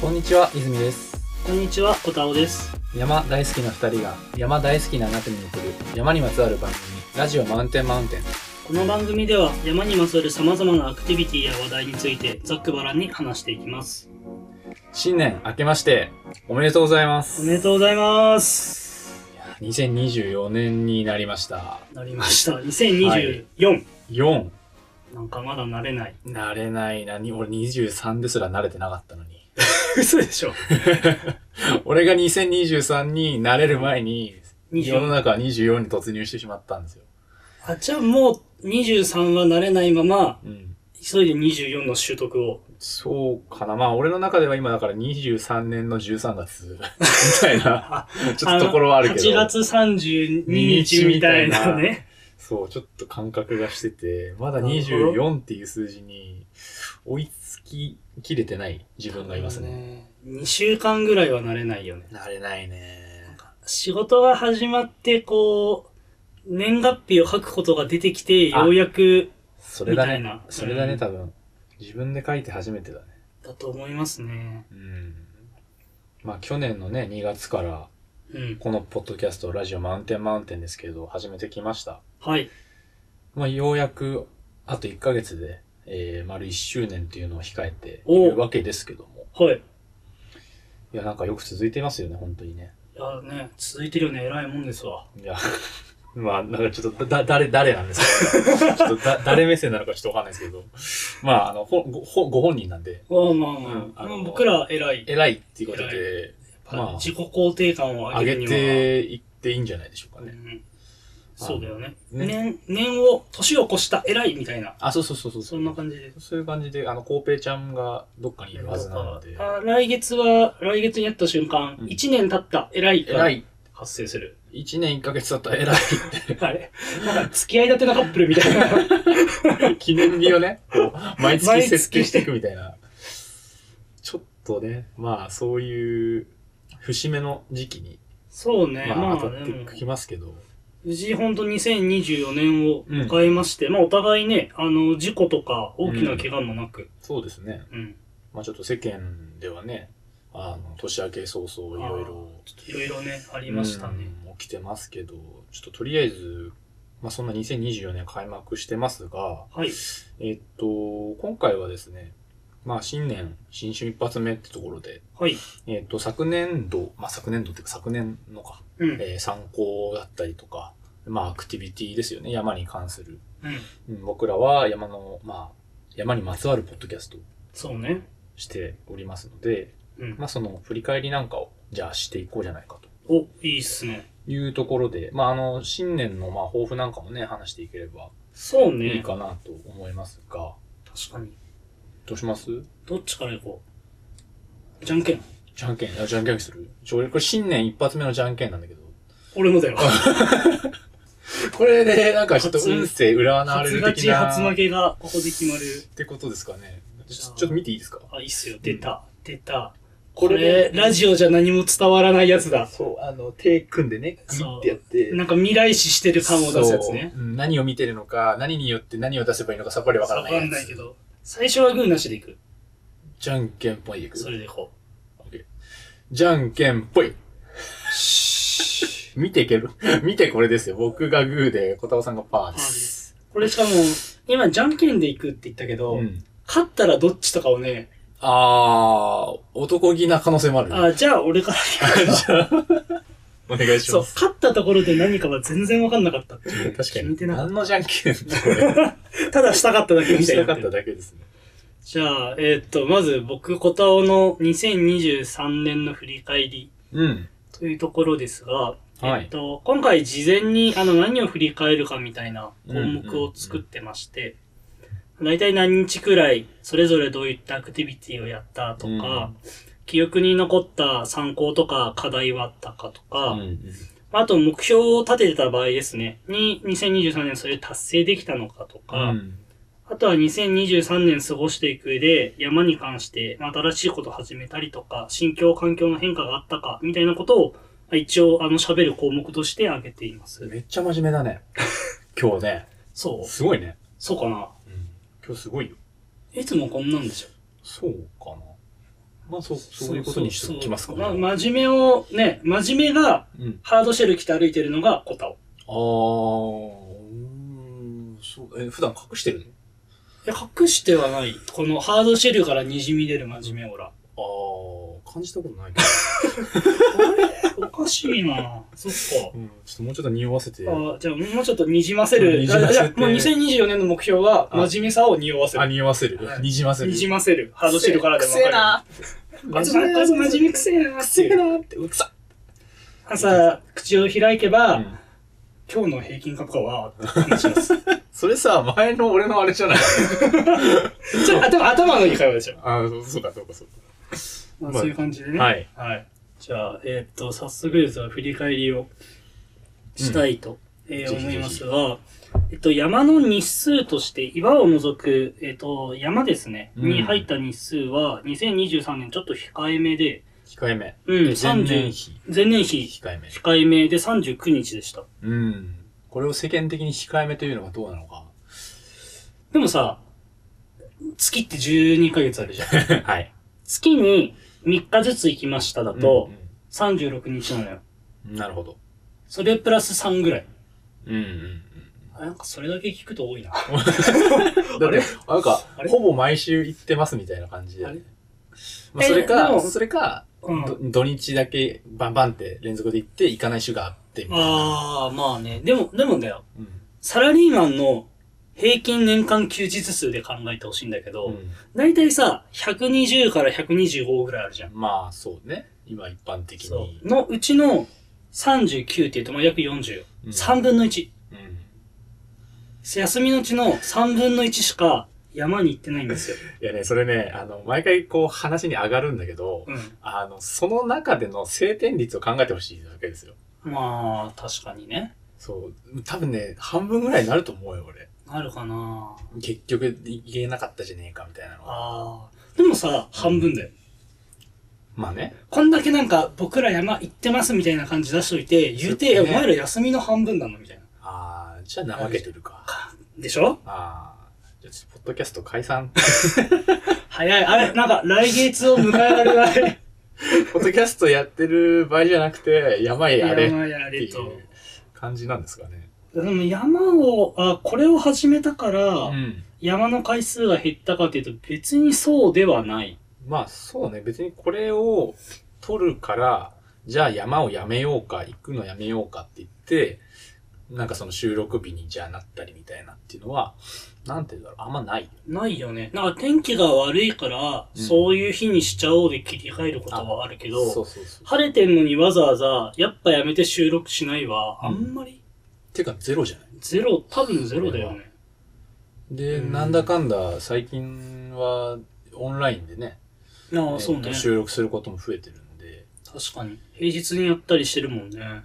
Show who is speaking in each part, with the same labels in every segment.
Speaker 1: こんにちは泉です
Speaker 2: こんにちは、小田尾です。
Speaker 1: 山大好きな2人が山大好きなあなたに送る山にまつわる番組ラジオマウンテンマウンテン
Speaker 2: この番組では山にまつわる様々なアクティビティや話題についてざっくばらんに話していきます。
Speaker 1: 新年明けましておめでとうございま
Speaker 2: お
Speaker 1: す
Speaker 2: めでとうございます。
Speaker 1: 2024年になりました
Speaker 2: なりました。2024。
Speaker 1: 4
Speaker 2: なんかまだ慣れない。
Speaker 1: 慣れないなに俺23ですら慣れてなかったのに
Speaker 2: 嘘でしょ。
Speaker 1: 俺が2023に慣れる前に世の
Speaker 2: 24。
Speaker 1: 中は24に突入してしまったんですよ、
Speaker 2: あ、じゃあもう23は慣れないまま、
Speaker 1: うん、
Speaker 2: 急いで24の習得を。
Speaker 1: そうかな。まあ、俺の中では今だから23年の13月みたいな、ちょっとところはあるけど。
Speaker 2: 8月32日みたいなね。
Speaker 1: そう、ちょっと感覚がしてて、まだ
Speaker 2: なるほど
Speaker 1: 24っていう数字に追いつききれてない自分がいますね。
Speaker 2: 2週間ぐらいは慣れないよね。
Speaker 1: なれないね。
Speaker 2: 仕事が始まって、こう、年月日を書くことが出てきて、
Speaker 1: あ
Speaker 2: ようやく
Speaker 1: それだ
Speaker 2: みたい
Speaker 1: ね
Speaker 2: な。
Speaker 1: それだ
Speaker 2: う
Speaker 1: ね、
Speaker 2: ん
Speaker 1: 多分。自分で書いて初めてだね。
Speaker 2: だと思いますね。
Speaker 1: うん。まあ、去年のね、2月から、
Speaker 2: うん。
Speaker 1: このポッドキャスト、ラジオマウンテンマウンテンですけど、始めてきました。
Speaker 2: はい。
Speaker 1: まあ、ようやく、あと1ヶ月で、えー、丸1周年っていうのを控えてい
Speaker 2: お
Speaker 1: るわけですけども。
Speaker 2: はい。い
Speaker 1: いや、なんかよく続いてますよね、本当にね。
Speaker 2: やね、続いてるよね、偉いもんですわ。
Speaker 1: いや、 まあ、なんかちょっと、だ、誰、誰なんですか ちょっと、だ、誰目線なのかちょっとわかんないですけど。まあ、あの、ほ、ご、ほご本人なんで、
Speaker 2: まあまあまあ、
Speaker 1: うんあの
Speaker 2: 僕らは偉い。
Speaker 1: 偉いっていうことで、まあ
Speaker 2: 自己肯定感を上
Speaker 1: 上
Speaker 2: げる
Speaker 1: げ
Speaker 2: には。
Speaker 1: ていっていいんじゃないでしょうか
Speaker 2: う
Speaker 1: ね。
Speaker 2: ん、そうだよね。
Speaker 1: あのね
Speaker 2: 年、年を、年を越した偉いみたいな。
Speaker 1: あ、そうそうそうそう。
Speaker 2: そんな感じで。
Speaker 1: そういう感じで、あの、コウペイちゃんがどっかにいるはずなので、
Speaker 2: あ来月は、来月にやった瞬間、
Speaker 1: うん
Speaker 2: 一1年経った偉い
Speaker 1: 偉
Speaker 2: が
Speaker 1: い。
Speaker 2: 発生する。
Speaker 1: 一年一ヶ月経ったら偉いって。
Speaker 2: あれなんか付き合い立てのカップルみたいな。
Speaker 1: 記念日をね、こう、毎月設計していくみたいな。ちょっとね、まあ、そういう、節目の時期に、
Speaker 2: そうね。まあ、
Speaker 1: まあ、当たっ
Speaker 2: でも
Speaker 1: て、きますけど。
Speaker 2: 無事本当2024年を迎えまして、まあお互いね、あの、事故とか大きな怪我もなく、
Speaker 1: そうですね。
Speaker 2: うん。
Speaker 1: まあ、ちょっと世間ではね、あの、年明け早々、いろいろ、
Speaker 2: いろいろね、ありましたね。
Speaker 1: うん。起きてますけど、ちょっととりあえず、まあ、そんな2024年開幕してますが、
Speaker 2: はい。
Speaker 1: えっと、今回はですね、まあ、新年、新春一発目ってところで、
Speaker 2: はい。
Speaker 1: えっと、昨年度、まあ、昨年度っていうか昨年のか、
Speaker 2: うん。うん。
Speaker 1: えー参考だったりとか、まあ、アクティビティですよね。山に関する。うん僕らは山の、まあ、山にまつわるポッドキャストを
Speaker 2: そうね。
Speaker 1: しておりますので、
Speaker 2: うん。
Speaker 1: まあ、その振り返りなんかを、じゃあしていこうじゃないかと
Speaker 2: お、いいっすね。
Speaker 1: いうところで、まあ、あの、新年の、まあ、抱負なんかもね、話していければ
Speaker 2: そうね。
Speaker 1: いいかなと思いますが、
Speaker 2: 確かに。
Speaker 1: どうします
Speaker 2: どっちから行こう。じゃんけん。
Speaker 1: じゃんけん、あじゃんけんするちょ、俺、これ新年一発目のじゃんけんなんだけど、
Speaker 2: 俺もだよ。
Speaker 1: これで、なんかちょっと運勢占われ
Speaker 2: 初
Speaker 1: る
Speaker 2: 勝
Speaker 1: 的
Speaker 2: ち、
Speaker 1: な。
Speaker 2: 初負けがここで決まる。
Speaker 1: ってことですかね。ち
Speaker 2: じゃ
Speaker 1: ょ
Speaker 2: あ
Speaker 1: ちょっと見ていいですか
Speaker 2: あ、いいっすよ。出た。出た。
Speaker 1: こ
Speaker 2: こ
Speaker 1: れ
Speaker 2: れ、ラジオじゃ何も伝わらないやつだ。
Speaker 1: そう、あの、手組んでね、グリ
Speaker 2: そう
Speaker 1: ってやって。
Speaker 2: なんか未来視してる感を出すやつね。
Speaker 1: そううん何を見てるのか、何によって何を出せばいいのかさっぱりわからないや
Speaker 2: わ
Speaker 1: つ。
Speaker 2: かんないけど。最初はグーなしでいく。
Speaker 1: じゃんけんぽいでいく。
Speaker 2: それでいこ
Speaker 1: オッケーじゃんけんぽい。
Speaker 2: う。し
Speaker 1: 見ていける 見てこれですよ。僕がグーで、小田さんがパー
Speaker 2: ー
Speaker 1: です。
Speaker 2: これしかも、今じゃんけんでいくって言ったけど、
Speaker 1: うん。
Speaker 2: 勝ったらどっちとかをね、
Speaker 1: あー、男気な可能性もある。
Speaker 2: あじゃあ俺から行く
Speaker 1: お願いし
Speaker 2: そう、
Speaker 1: ます。
Speaker 2: 勝ったところで何かは全然わかんなかったっていう。
Speaker 1: 確か
Speaker 2: 決め
Speaker 1: に。
Speaker 2: てなかっ
Speaker 1: 何のじゃんけんこれ。
Speaker 2: た。ただしたかっただけみた
Speaker 1: し
Speaker 2: いに
Speaker 1: な
Speaker 2: な
Speaker 1: か
Speaker 2: っ
Speaker 1: ってた
Speaker 2: る。
Speaker 1: だけですね。
Speaker 2: じゃあ、えーっと、まず僕、小田尾の2023年の振り返り
Speaker 1: うん。
Speaker 2: というところですが、
Speaker 1: はい
Speaker 2: えっと、今回事前にあの何を振り返るかみたいな項目を作ってまして、大体何日くらいそれぞれどういったアクティビティをやったとか、記憶に残った参考とか課題はあったかと
Speaker 1: う
Speaker 2: か、
Speaker 1: んうん。
Speaker 2: あと目標を立ててた場合ですね、に2023年それ達成できたのかとか、
Speaker 1: うん
Speaker 2: あとは2023年過ごしていく上で山に関してまあ新しいことを始めたりとか、心境、環境の変化があったか、みたいなことをまあ一応あの喋る項目として挙げています。
Speaker 1: めっちゃ真面目だね。今日ね。
Speaker 2: そう。
Speaker 1: すごいね。
Speaker 2: そうかな。
Speaker 1: 今日すごいよ。
Speaker 2: いつもこんなんでしょ。
Speaker 1: そうかな。まあ、そう、そういうことにしてきますか。
Speaker 2: ま真面目を、ね、真面目が
Speaker 1: うん。
Speaker 2: ハードシェル着て歩いてるのがコタオ。
Speaker 1: あー、うんそう、え、普段隠してるの
Speaker 2: いや隠してはない。このハードシェルから滲み出る真面目オラ。
Speaker 1: あー、感じたことないけど。
Speaker 2: おかしいなそっか。
Speaker 1: うん、ちょっともうちょっと匂わせて。
Speaker 2: あじゃあ、もうちょっとにじませる。
Speaker 1: にじませて
Speaker 2: じゃあ、もう2024年の目標は、
Speaker 1: あ
Speaker 2: 真面目さを匂わせ
Speaker 1: あ、
Speaker 2: る。
Speaker 1: 匂わせる
Speaker 2: は。い
Speaker 1: にじませる
Speaker 2: に。じませる。ハードシェルからでもわか
Speaker 1: くせえ
Speaker 2: る。
Speaker 1: な
Speaker 2: あいつ、あいつ真面目くせえな
Speaker 1: く
Speaker 2: って
Speaker 1: せ
Speaker 2: い
Speaker 1: え
Speaker 2: う。
Speaker 1: なって、うくさ
Speaker 2: 朝、口を開けば、
Speaker 1: うん
Speaker 2: 今日の平均株価は、って 話です。
Speaker 1: それさ、前の俺のあれじゃない
Speaker 2: ちょっと頭、頭のいい会話でしょ。
Speaker 1: あー、そうか、そうか、そうか。
Speaker 2: まあ、
Speaker 1: まあ
Speaker 2: そういう感じでね。
Speaker 1: はい。
Speaker 2: はい。じゃあ、えーっと、早速ですが、振り返りをしたいと、えー
Speaker 1: ぜひぜひ
Speaker 2: 思いますが、えっと、山の日数として、岩を除く、えっと、山ですね、
Speaker 1: うん
Speaker 2: に入った日数は、2023年ちょっと控えめで、
Speaker 1: 控えめ。
Speaker 2: うん、
Speaker 1: 前年
Speaker 2: 30、
Speaker 1: 比。
Speaker 2: 前年比、
Speaker 1: 控えめ。
Speaker 2: 控えめで39日でした。
Speaker 1: うん。これを世間的に控えめというのがどうなのか。
Speaker 2: でもさ、月って12ヶ月 あるじゃん。
Speaker 1: はい。
Speaker 2: 月に3日ずつ行きましただと、36日なのよ。
Speaker 1: うん、なるほど。
Speaker 2: それプラス3ぐらい。
Speaker 1: うんうんうん。
Speaker 2: あなんかそれだけ聞くと多いな。
Speaker 1: だって、あなんか
Speaker 2: あれ、
Speaker 1: ほぼ毎週行ってますみたいな感じで
Speaker 2: あれ。
Speaker 1: まあ、それ
Speaker 2: えで
Speaker 1: か、
Speaker 2: も
Speaker 1: それか、
Speaker 2: うん
Speaker 1: ど土日だけバンバンって連続で行って行かない週があってみたいな。
Speaker 2: ああ、まあね。でも、でもだよ。
Speaker 1: うん
Speaker 2: サラリーマンの平均年間休日数で考えてほしいんだけど、
Speaker 1: うん
Speaker 2: だいたいさ、120から125ぐらいあるじゃん。
Speaker 1: まあ、そうね。今一般的
Speaker 2: そ
Speaker 1: に
Speaker 2: う。。のうちの39って言うと、まあ約40。
Speaker 1: うん
Speaker 2: 3分の1。
Speaker 1: うん
Speaker 2: 休みのうちの3分の1しか山に行ってないんですよ。
Speaker 1: いやね、それね、あの、毎回こう話に上がるんだけど、
Speaker 2: うん。
Speaker 1: あの、その中での晴天率を考えてほしいわけですよ。
Speaker 2: まあ、確かにね。
Speaker 1: そう。多分ね、半分ぐらいになると思うよ、俺。
Speaker 2: なるかな
Speaker 1: 結局、いけなかったじゃねえか、みたいなのが。
Speaker 2: ああ。でもさ、半分だよ。
Speaker 1: まあね。
Speaker 2: こんだけなんか僕ら山行ってますみたいな感じ出しといて、言うて、
Speaker 1: そう
Speaker 2: お
Speaker 1: ね
Speaker 2: 前ら休みの半分なのみたいな。
Speaker 1: ああ、じゃあ怠けてるか。
Speaker 2: でしょ
Speaker 1: ああー、じゃあちょっとポッドキャスト解散。
Speaker 2: 早い。あれ、なんか来月を迎えられない。
Speaker 1: ポッドキャストやってる場合じゃなくて、 やばいあれっ
Speaker 2: 山や
Speaker 1: て
Speaker 2: れ
Speaker 1: い
Speaker 2: と。
Speaker 1: う感じなんですかね。
Speaker 2: でも山を、あ、これを始めたから、
Speaker 1: うん。
Speaker 2: 山の回数が減ったかというと、別にそうではない。
Speaker 1: まあそうね、別にこれを取るから、じゃあ山をやめようか、行くのやめようかって言って、なんかその収録日にじゃあなったりみたいなっていうのは、なんて言うんだろう、あんまないよ。
Speaker 2: ないよね。なんか天気が悪いから、
Speaker 1: うん
Speaker 2: そういう日にしちゃおうで切り替えることはあるけど、
Speaker 1: そうそうそう。
Speaker 2: 晴れてんのにわざわざ、やっぱやめて収録しないは、あんまり、
Speaker 1: てかゼロじゃない
Speaker 2: ゼロ、多分ゼロだよね。
Speaker 1: で、
Speaker 2: うん
Speaker 1: なんだかんだ最近はオンラインでね、
Speaker 2: あ
Speaker 1: え
Speaker 2: あ、
Speaker 1: っ
Speaker 2: そうね
Speaker 1: と。収録することも増えてるんで、
Speaker 2: 確かに。平日にやったりしてるもんね。だ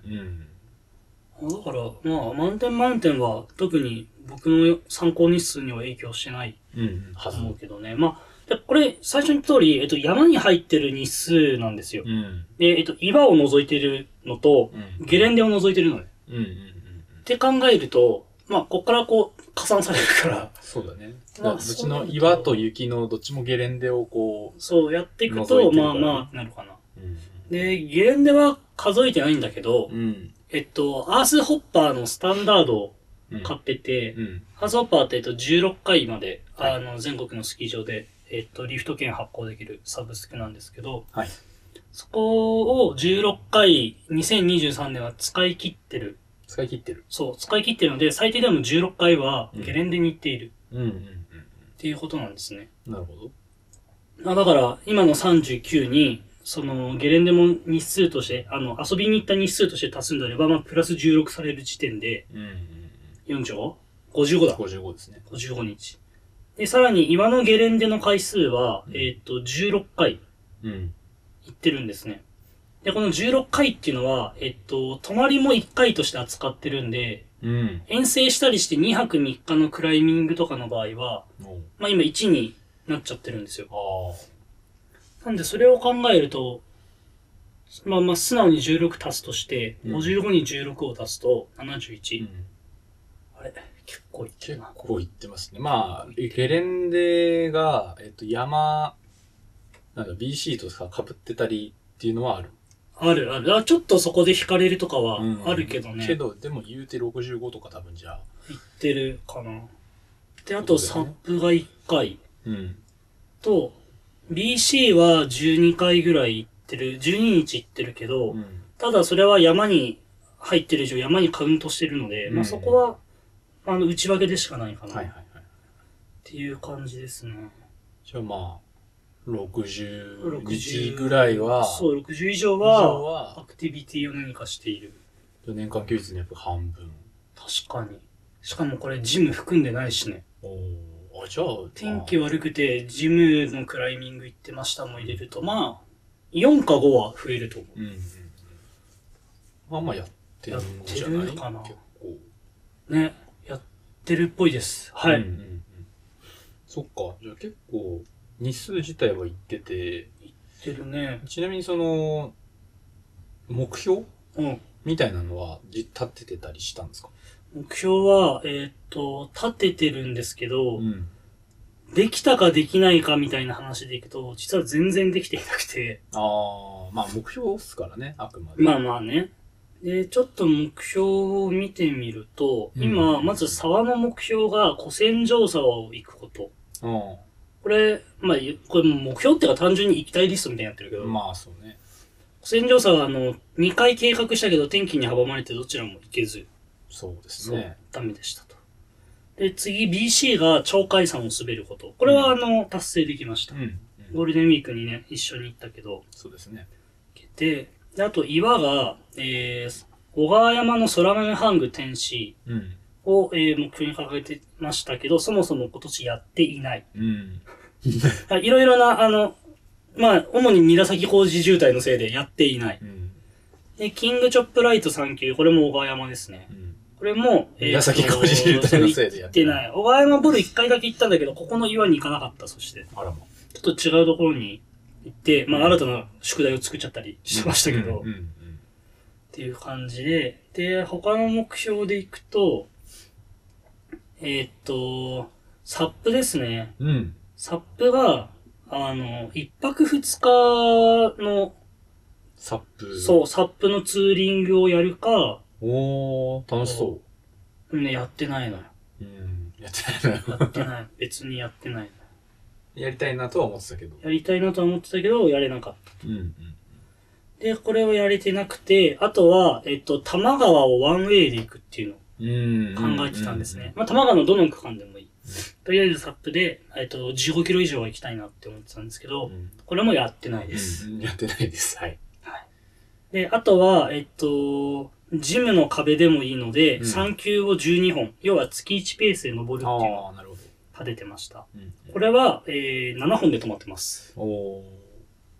Speaker 1: うん。
Speaker 2: から、まあ、満点満点は特に僕の参考日数には影響してない
Speaker 1: うん。
Speaker 2: と
Speaker 1: はず。
Speaker 2: 思うけどね。まあ、でこれ、最初に言った通り、えっと、山に入ってる日数なんですよ。
Speaker 1: うん。うん。
Speaker 2: で、えっと、岩を除いてるのと、ゲレンデを除いてるのね。っ
Speaker 1: うんうんうん。
Speaker 2: て考えると、まあ、こっからこう、加算される から、
Speaker 1: そうだね。だ
Speaker 2: ま
Speaker 1: から
Speaker 2: あ
Speaker 1: うちの岩と雪のどっちもゲレンデをこ
Speaker 2: そうやっていく
Speaker 1: 除
Speaker 2: と、
Speaker 1: いてるか
Speaker 2: ま
Speaker 1: ら
Speaker 2: あ
Speaker 1: ね
Speaker 2: まあ、なるかな。
Speaker 1: う、うん。
Speaker 2: で、ゲレンデは数えてないんだけど、
Speaker 1: うん。
Speaker 2: えっと、アースホッパーのスタンダードを
Speaker 1: うん。
Speaker 2: 買ってて、
Speaker 1: うん。
Speaker 2: ハースホッパーって、えっと、16回まで、
Speaker 1: はい
Speaker 2: あの、全国のスキー場で、えっと、リフト券発行できるサブスクなんですけど、
Speaker 1: はい。
Speaker 2: そこを16回、2023年は使い切ってる。
Speaker 1: 使い切ってる。
Speaker 2: そう、使い切ってるので、最低でも16回は
Speaker 1: うん
Speaker 2: ゲレンデに行っている
Speaker 1: うんうん
Speaker 2: っていうことなんですね。
Speaker 1: うん。なるほど。
Speaker 2: あだから、今の39に、その、ゲレンデも日数として、あの、遊びに行った日数として足すんであれば、まあ、プラス16される時点で、
Speaker 1: うんうんうん。
Speaker 2: 40?55 だ。
Speaker 1: 55ですね。
Speaker 2: 55日。で、さらに岩のゲレンデの回数は、
Speaker 1: うん
Speaker 2: えーっと、16回
Speaker 1: うん。
Speaker 2: 行ってるんですね。で、この16回っていうのは、えっと、泊まりも1回として扱ってるんで、
Speaker 1: うん。
Speaker 2: 遠征したりして2泊3日のクライミングとかの場合は、
Speaker 1: おう
Speaker 2: まあ今1になっちゃってるんですよ。
Speaker 1: あ
Speaker 2: なんでそれを考えると、まあまあ素直に16足すとして、
Speaker 1: うん
Speaker 2: 55に16を足すと
Speaker 1: あ。う
Speaker 2: 71。
Speaker 1: ん
Speaker 2: あれ結構いってる
Speaker 1: 結
Speaker 2: な。
Speaker 1: 構行ってますね。まあ、ゲレンデが、えっと、山、なんか BC とさ、被ってたりっていうのはある。
Speaker 2: あるある。あ、ちょっとそこで惹かれるとかは
Speaker 1: うん
Speaker 2: あるけどね。
Speaker 1: けど、でも言うて65とか多分じゃあ。
Speaker 2: 言ってるかな。で、あと、サ
Speaker 1: そうだよ
Speaker 2: ッ
Speaker 1: ね
Speaker 2: プが1回
Speaker 1: うん。
Speaker 2: と、BC は12回ぐらい行ってる、12日行ってるけど、
Speaker 1: うん。
Speaker 2: ただそれは山に入ってる以上山にカウントしてるので、
Speaker 1: うん
Speaker 2: まあそこは、あの、内訳でしかないかな
Speaker 1: はいはい
Speaker 2: っ
Speaker 1: はい。
Speaker 2: ていう感じですね。
Speaker 1: じゃあまあ、60日
Speaker 2: 60
Speaker 1: ぐらいは、
Speaker 2: そう、60以上
Speaker 1: 以上
Speaker 2: は、
Speaker 1: は
Speaker 2: アクティビティを何かしている。
Speaker 1: 年間休日の約半分。
Speaker 2: 確かに。しかもこれジム含んでないしね。
Speaker 1: おーあ、じゃあ、
Speaker 2: 天気悪くてジムのクライミング行ってましたも入れると、まあ、4か5は増えると思う。
Speaker 1: うんうんうん。まあまあやってるんじゃ
Speaker 2: やっ
Speaker 1: な
Speaker 2: て
Speaker 1: い
Speaker 2: るかな
Speaker 1: 結構。
Speaker 2: ね。やってるっぽいです。はい。
Speaker 1: うんうんうんそっか。じゃあ結構、日数自体は行ってて、
Speaker 2: やってるね。
Speaker 1: ちなみにその、目標
Speaker 2: うん。
Speaker 1: みたいなのはじ立ててたりしたんですか
Speaker 2: 目標は、えーっと、立ててるんですけど、
Speaker 1: ん。
Speaker 2: できたかできないかみたいな話でいくと、実は全然できていなくて。
Speaker 1: ああ、まあ目標っすからね、あくまで。
Speaker 2: まあまあね。で、ちょっと目標を見てみると、
Speaker 1: うん
Speaker 2: 今、まず沢の目標が古戦場沢を行くこと。
Speaker 1: う
Speaker 2: これ、まあ、ゆこれも目標っていうか単純に行きたいリストみたいになってるけど、
Speaker 1: ん。まあそうね。
Speaker 2: 古戦場沢はあの、2回計画したけど天気に阻まれてどちらも行けず、
Speaker 1: そうです
Speaker 2: そう
Speaker 1: ね。、
Speaker 2: ダメでしたと。で、次 BC が鳥海山を滑ること。これはあの、達成できました。
Speaker 1: ん。
Speaker 2: ゴールデンウィークにね、一緒に行ったけど、
Speaker 1: そうですね。
Speaker 2: 行けて、で、あと岩が、えー、小川山の空豆ハング天使
Speaker 1: うん。
Speaker 2: を、えー目標に掲げてましたけど、そもそも今年やっていない。
Speaker 1: うん。
Speaker 2: あいろいろな、あの、まあ、主に韮工事渋滞のせいでやっていない。
Speaker 1: うん。
Speaker 2: で、キングチョップライト3級、これも小川山ですね。
Speaker 1: うん。
Speaker 2: これも、
Speaker 1: 韮工事渋滞のせいでや
Speaker 2: や
Speaker 1: っ
Speaker 2: ってて
Speaker 1: な
Speaker 2: ない。小川山ボル1回だけ行ったんだけど、ここの岩に行かなかった、そして。
Speaker 1: あらま。
Speaker 2: ちょっと違うところに行って、まあ、新たな宿題を作っちゃったりしてましたけど、
Speaker 1: うん。う
Speaker 2: っ
Speaker 1: ん
Speaker 2: ていう感じで、で、他の目標で行くと、えーっと、サップですね。
Speaker 1: うん。うん。
Speaker 2: サップが、あの、一泊二日の、
Speaker 1: サップ。
Speaker 2: そう、サップのツーリングをやるか、
Speaker 1: う。おー、楽しそ
Speaker 2: ね、やってないのよ。
Speaker 1: う。うん。やってないな。
Speaker 2: やっ てない。別にやってないの。
Speaker 1: やりたいなとは思ってたけど。
Speaker 2: やりたいなとは思ってたけど、やれなかった。
Speaker 1: うんうん。
Speaker 2: で、これをやれてなくて、あとは、えっと、多摩川をワンウェイで行くっていうのを
Speaker 1: うん
Speaker 2: 考えてたんですね。。まあ、多摩川のどの区間でもいい。とりあえずサップで、えっと、15キロ以上は行きたいなって思ってたんですけ
Speaker 1: う
Speaker 2: ど、
Speaker 1: ん
Speaker 2: これもやってないです。
Speaker 1: うんやってないです。はい。
Speaker 2: で、あとは、えっと、ジムの壁でもいいので、
Speaker 1: うん
Speaker 2: 3級を12本、要は月1ペースで登るっていうのを
Speaker 1: あー、なるほど。
Speaker 2: 立ててました。
Speaker 1: うん
Speaker 2: これは、えー、7本で止まってます。
Speaker 1: おー。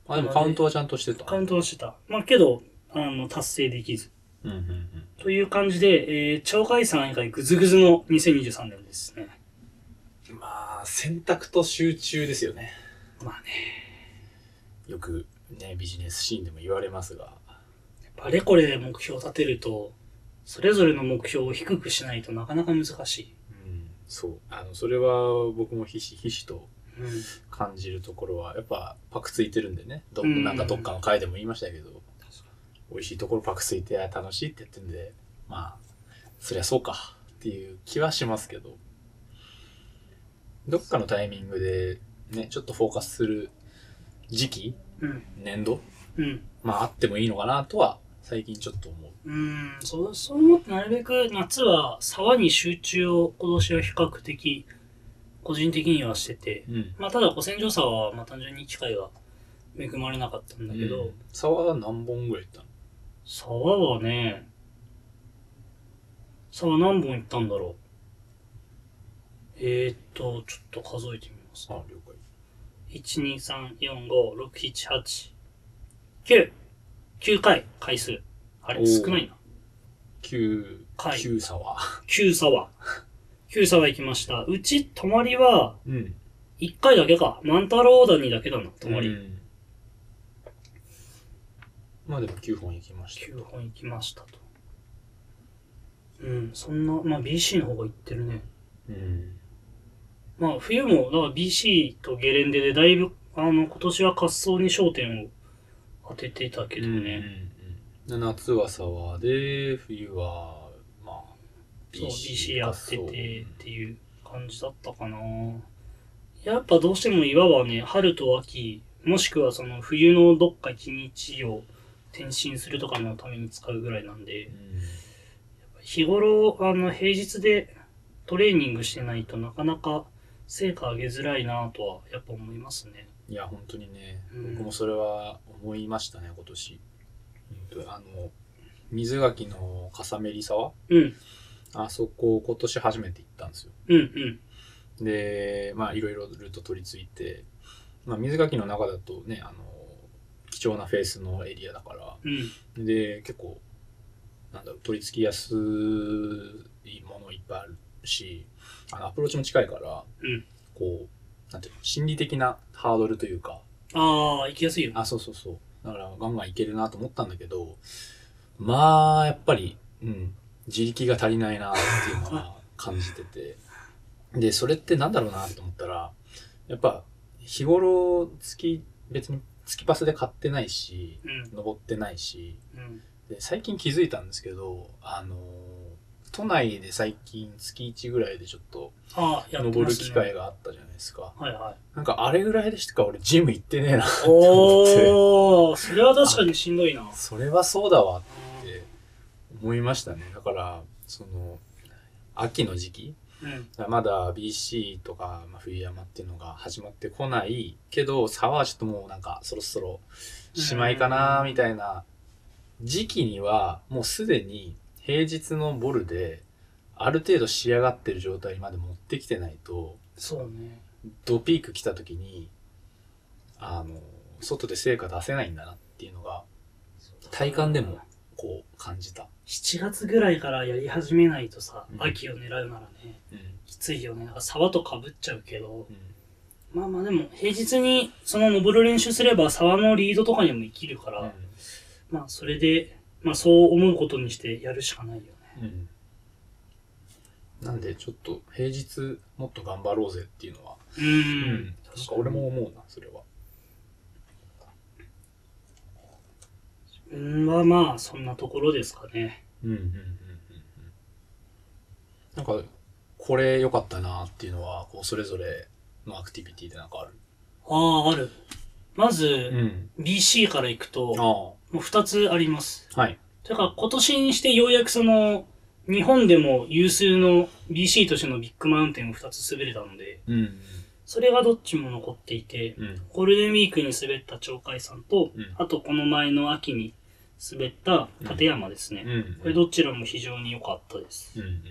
Speaker 1: あ、でもカウントはちゃんとしてた。
Speaker 2: カウントはしてた。まあ、けど、あの、達成できず。
Speaker 1: うんうんうん。
Speaker 2: という感じで、えー、鳥海山以外ぐずぐずの2023年ですね。
Speaker 1: まあ、選択と集中ですよね。
Speaker 2: まあね、
Speaker 1: よくね、ビジネスシーンでも言われますが。
Speaker 2: あれこれ目標を立てると、それぞれの目標を低くしないとなかなか難しい。
Speaker 1: うん、そう。あの、それは僕もひしひしと
Speaker 2: うん、
Speaker 1: 感じるところは、やっぱパクついてるんでね。ど、なんかどっかの回でも言いましたけど、美味しいところパクついて、あ楽しいって言ってんで、まあ、そりゃそうかっていう気はしますけど、どっかのタイミングで、ね、ちょっとフォーカスする時期
Speaker 2: うん、
Speaker 1: 年度
Speaker 2: うん。
Speaker 1: まああってもいいのかなとは最近ちょっと思う。
Speaker 2: うん、そう、そう思ってなるべく夏は沢に集中を今年は比較的、個人的にはしてて、
Speaker 1: うん。
Speaker 2: まあただ古戦場沢はまあ単純に機会が恵まれなかったんだけど、
Speaker 1: 沢は何本ぐらい行ったの
Speaker 2: 沢はね、沢何本行ったんだろう。えー、っと、ちょっと数えてみます。
Speaker 1: あ、了解。
Speaker 2: 1、2、3、4、5、6、7、8、9。9回、回数。あ
Speaker 1: お
Speaker 2: れ、
Speaker 1: ー
Speaker 2: 少ないな。
Speaker 1: 旧、
Speaker 2: はい
Speaker 1: 旧沢。
Speaker 2: 9沢。9沢行きました。うち、泊まりは、
Speaker 1: うん。
Speaker 2: 1回だけか。万太郎谷だけだな、泊ま
Speaker 1: り
Speaker 2: り。
Speaker 1: まあでも9本行きました。
Speaker 2: 9本行きましたと。うん、そんな、まあ BC の方が行ってるね。
Speaker 1: うん。
Speaker 2: まあ冬も、だから BC とゲレンデでだいぶ、あの、今年は滑走に焦点を当ててたけどね。
Speaker 1: うんうん、夏は沢で、冬は、まあ、
Speaker 2: そう、BC やっててっていう感じだったかな。やっぱどうしても岩はね、春と秋、もしくはその冬のどっか一日を転身するとかのために使うぐらいなんで、日頃、あの、平日でトレーニングしてないとなかなか成果上げづらいなとはやっぱ思いますね。
Speaker 1: いや、本当にね、
Speaker 2: うん
Speaker 1: 僕もそれは思いましたね、今年。うんあの、水垣の笠メリ沢
Speaker 2: うん、
Speaker 1: あそこ今年初めて行ったんですよ。
Speaker 2: うん、うん。
Speaker 1: で、まあ、いろいろルート取り付いて、まあ、水垣の中だとね、あの、貴重なフェースのエリアだから、
Speaker 2: うん、
Speaker 1: で、結構、なんだろう、取り付きやすいものいっぱいあるし、あの、アプローチも近いから、
Speaker 2: うん
Speaker 1: こう、なんていうの、心理的なハードルというか、
Speaker 2: ああ、行きやすいよ。
Speaker 1: あ、そうそうそう。だから、ガンガンいけるなと思ったんだけど、まあ、やっぱり、うん、自力が足りないなっていうのは感じてて。で、それってなんだろうなと思ったら、やっぱ、日頃、月、別に月パスで買ってないし、
Speaker 2: うん、
Speaker 1: 登ってないし、
Speaker 2: うん、
Speaker 1: で、最近気づいたんですけど、あのー都内で最近月1ぐらいでちょっと
Speaker 2: ああ、やって
Speaker 1: 登
Speaker 2: ま
Speaker 1: る
Speaker 2: すね。
Speaker 1: 機会があったじゃないですか。
Speaker 2: はいはい。
Speaker 1: なんかあれぐらいでしか俺ジム行ってねえなって思って。
Speaker 2: おー、それは確かにしんどいな。
Speaker 1: それはそうだわって思いましたね。だから、その、秋の時期、
Speaker 2: うん、
Speaker 1: まだ BC とか、まあ、冬山っていうのが始まってこないけど、沢はちょっともうなんかそろそろしまいかなみたいな時期にはもうすでに平日のボルである程度仕上がってる状態まで持ってきてないと、
Speaker 2: そうね。
Speaker 1: ドピーク来た時に、あの、外で成果出せないんだなっていうのが、体感でもこう感じた。
Speaker 2: 7月ぐらいからやり始めないとさ
Speaker 1: う、ん
Speaker 2: 秋を狙うならね、
Speaker 1: うん。
Speaker 2: きついよね。なんか沢とかぶっちゃうけど、
Speaker 1: うん
Speaker 2: まあまあでも、平日にその登る練習すれば沢のリードとかにも生きるから、まあそれで、まあそう思うことにしてやるしかないよね。
Speaker 1: うん。なんで、ちょっと平日もっと頑張ろうぜっていうのは、
Speaker 2: う。
Speaker 1: うんなんか俺も思うな、それは。
Speaker 2: うん、まあまあ、そんなところですかね。
Speaker 1: うんうんうんうんうん。なんか、これ良かったなっていうのは、こう、それぞれのアクティビティでなんかある。
Speaker 2: ああ、ある。まず、
Speaker 1: ん。
Speaker 2: BC から行くと、も
Speaker 1: あ
Speaker 2: う2つあります。
Speaker 1: あ、はい。
Speaker 2: てか今年にしてようやくその、日本でも有数の BC としてのビッグマウンテンを2つ滑れたので、
Speaker 1: うん。
Speaker 2: それがどっちも残っていて、
Speaker 1: うん。
Speaker 2: ゴールデンウィークに滑った鳥海山と、
Speaker 1: うん
Speaker 2: あとこの前の秋に滑った立山ですね。
Speaker 1: うん。
Speaker 2: これどちらも非常に良かったです。
Speaker 1: うんうん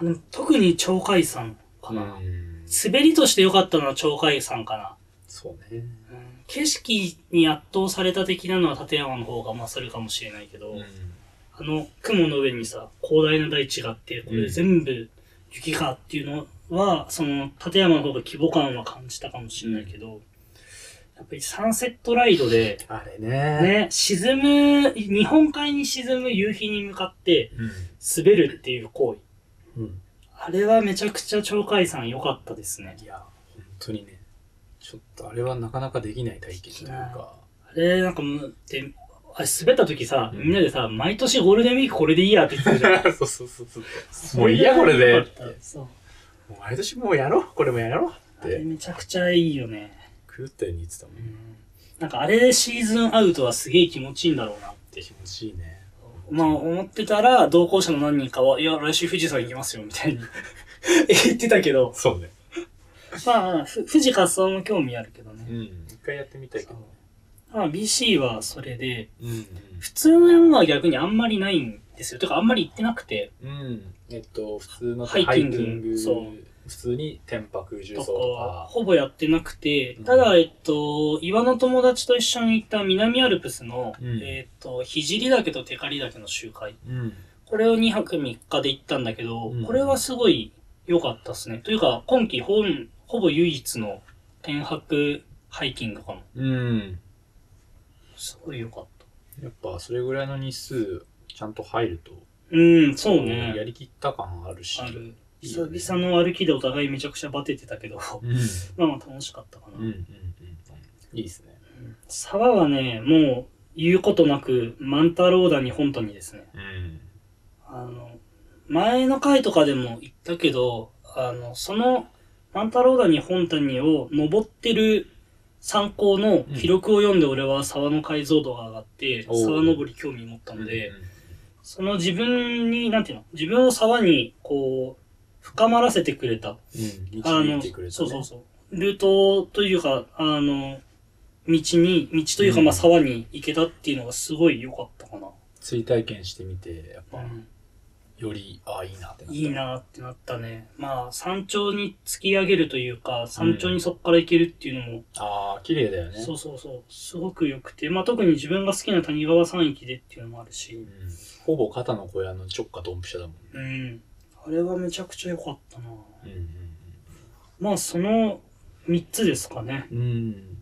Speaker 2: あの特に鳥海山か
Speaker 1: うん。
Speaker 2: な。
Speaker 1: うん。
Speaker 2: 滑りとして良かったのは鳥海山かな。
Speaker 1: そうね。
Speaker 2: うん景色に圧倒された的なのは立山の方が勝るかもしれないけど、あの雲の上にさ、広大な大地があって、これ全部雪かっていうのは、その、立山の方が規模感は感じたかもしれないけど、やっぱりサンセットライドで、
Speaker 1: あれね。
Speaker 2: ね、沈む、日本海に沈む夕日に向かって滑るっていう行為。
Speaker 1: うん。うん。
Speaker 2: あれはめちゃくちゃ鳥海山良かったですね。
Speaker 1: いや、本当にね。ちょっとあれはなかなかできない体験というか。
Speaker 2: あれ、なんかもう、で、あれ滑った時さ、
Speaker 1: うん
Speaker 2: みんなでさ、毎年ゴールデンウィークこれでいいやって言ってたじゃん
Speaker 1: そうそうそうそう。 もういいやこれで
Speaker 2: 良かったそう。
Speaker 1: もう毎年もうやろう、これもやろうっ
Speaker 2: あれ
Speaker 1: て。
Speaker 2: めちゃくちゃいいよね。
Speaker 1: 狂ったように言ってたもん。
Speaker 2: なんかあれでシーズンアウトはすげえ気持ちいいんだろうな。
Speaker 1: 気持ちいいね。
Speaker 2: まあ思ってたら同行者の何人かは、いや来週富士山行きますよみたいに 言ってたけど、
Speaker 1: そうね。
Speaker 2: まあまあふ富士滑走も興味あるけどね
Speaker 1: う。ん。一回やってみたいけど。
Speaker 2: まあ BC はそれで、
Speaker 1: うん。
Speaker 2: 普通の山は逆にあんまりないんですよ。てかあんまり行ってなくて、
Speaker 1: うん。えっと、普通の
Speaker 2: ハイキングそ
Speaker 1: 普通に天白重
Speaker 2: と
Speaker 1: 曹
Speaker 2: か
Speaker 1: とか。
Speaker 2: ほぼやってなくて
Speaker 1: うん、
Speaker 2: ただえっと、岩の友達と一緒に行った南アルプスの、
Speaker 1: うん
Speaker 2: えっと、聖岳とテカリ岳の集会。
Speaker 1: うん。
Speaker 2: これを2泊3日で行ったんだけど、
Speaker 1: うん
Speaker 2: これはすごい良かったですね。というか、今季本、ほぼ唯一の天白ハイキングかも。
Speaker 1: うん。
Speaker 2: すごい良かった。
Speaker 1: やっぱ、それぐらいの日数、ちゃんと入ると、
Speaker 2: うん、そう
Speaker 1: や
Speaker 2: ね。
Speaker 1: りきった感あるし。
Speaker 2: ある。
Speaker 1: いいよね
Speaker 2: 久々の歩きでお互いめちゃくちゃバテてたけど、
Speaker 1: うん。
Speaker 2: まあまあ楽しかったかな。
Speaker 1: うんうんうんいいですね。
Speaker 2: 沢はね、もう言うことなく、万太郎だに本当にですね。
Speaker 1: うん。
Speaker 2: あの、前の回とかでも言ったけど、あの、その万太郎だに本谷を登ってる参考の記録を読んで俺は沢の解像度が上がって、
Speaker 1: おう
Speaker 2: 沢登り興味持ったので、
Speaker 1: うん、
Speaker 2: その自分に、なんていうの自分を沢に、こう、深まらせてくれた。あ
Speaker 1: 導
Speaker 2: の、
Speaker 1: いてくれた、ね。
Speaker 2: そうそうそう。ルートというか、あの、道に、道というか、
Speaker 1: うん
Speaker 2: まあ、沢に行けたっていうのがすごい良かったかな。
Speaker 1: 追体験してみて、やっぱ、
Speaker 2: うん
Speaker 1: より、ああ、いいなってなった。
Speaker 2: いいなってなったね。まあ、山頂に突き上げるというか、山頂にそこから行けるっていうのも、
Speaker 1: ああ、綺麗だよね。
Speaker 2: そうそうそう、すごく良くて、まあ特に自分が好きな谷川山域でっていうのもある
Speaker 1: う
Speaker 2: し、
Speaker 1: んほぼ肩の小屋の直下ドンピシャだもんね。
Speaker 2: うん。あれはめちゃくちゃ良かった
Speaker 1: う
Speaker 2: な
Speaker 1: んうん
Speaker 2: まあ、その3つですかね。
Speaker 1: うん。うん。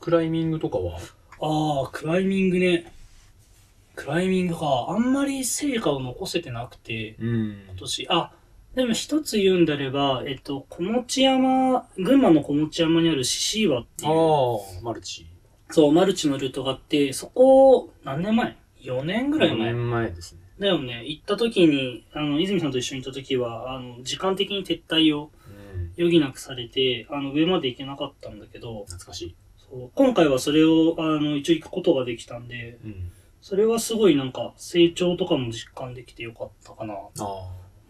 Speaker 1: クライミングとかは
Speaker 2: ああ、クライミングね。クライミングか。あんまり成果を残せてなくて、
Speaker 1: うん。
Speaker 2: 今年。あ、でも一つ言うんであれば、えっと、小持山、群馬の小持山にある獅子岩っていう、
Speaker 1: ああ、マルチ。
Speaker 2: そう、マルチのルートがあって、そこを、何年前 ?4 年ぐらい
Speaker 1: 五
Speaker 2: 前。
Speaker 1: 年前ですね。
Speaker 2: だよね。行った時に、あの、泉さんと一緒に行った時は、あの、時間的に撤退を
Speaker 1: うん。
Speaker 2: 余儀なくされて、あの、上まで行けなかったんだけど、
Speaker 1: 懐かしい。
Speaker 2: そう今回はそれを、あの、一応行くことができたんで、
Speaker 1: うん。
Speaker 2: それはすごいなんか、成長とかも実感できてよかったかな、と
Speaker 1: ああ、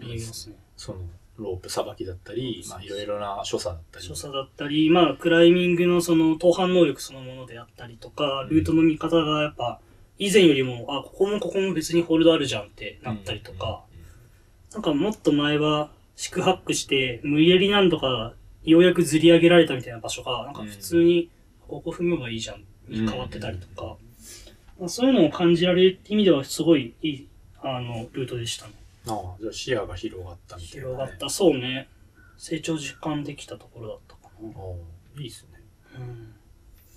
Speaker 2: 思いますね。
Speaker 1: その、ロープさばきだったり、まあ、いろいろな所作だったり。
Speaker 2: 所作だったり、まあ、クライミングのその、登攀能力そのものであったりとか、ルートの見方がやっぱ、以前よりも、あ、ここもここも別にホールドあるじゃんってなったりとか、なんかもっと前は、四苦八苦して、無理やりなんとか、ようやくずり上げられたみたいな場所が、なんか普通に、ここ踏めばいいじゃん、に変わってたりとか、まあ、そういうのを感じられるって意味では、すごいいい、あの、ルートでしたね。
Speaker 1: うん。ああ、じゃあ視野が広がったみたいな、
Speaker 2: 広がっ。た、そうね。成長実感できたところだったかな。
Speaker 1: ああ、いいですね。
Speaker 2: うん。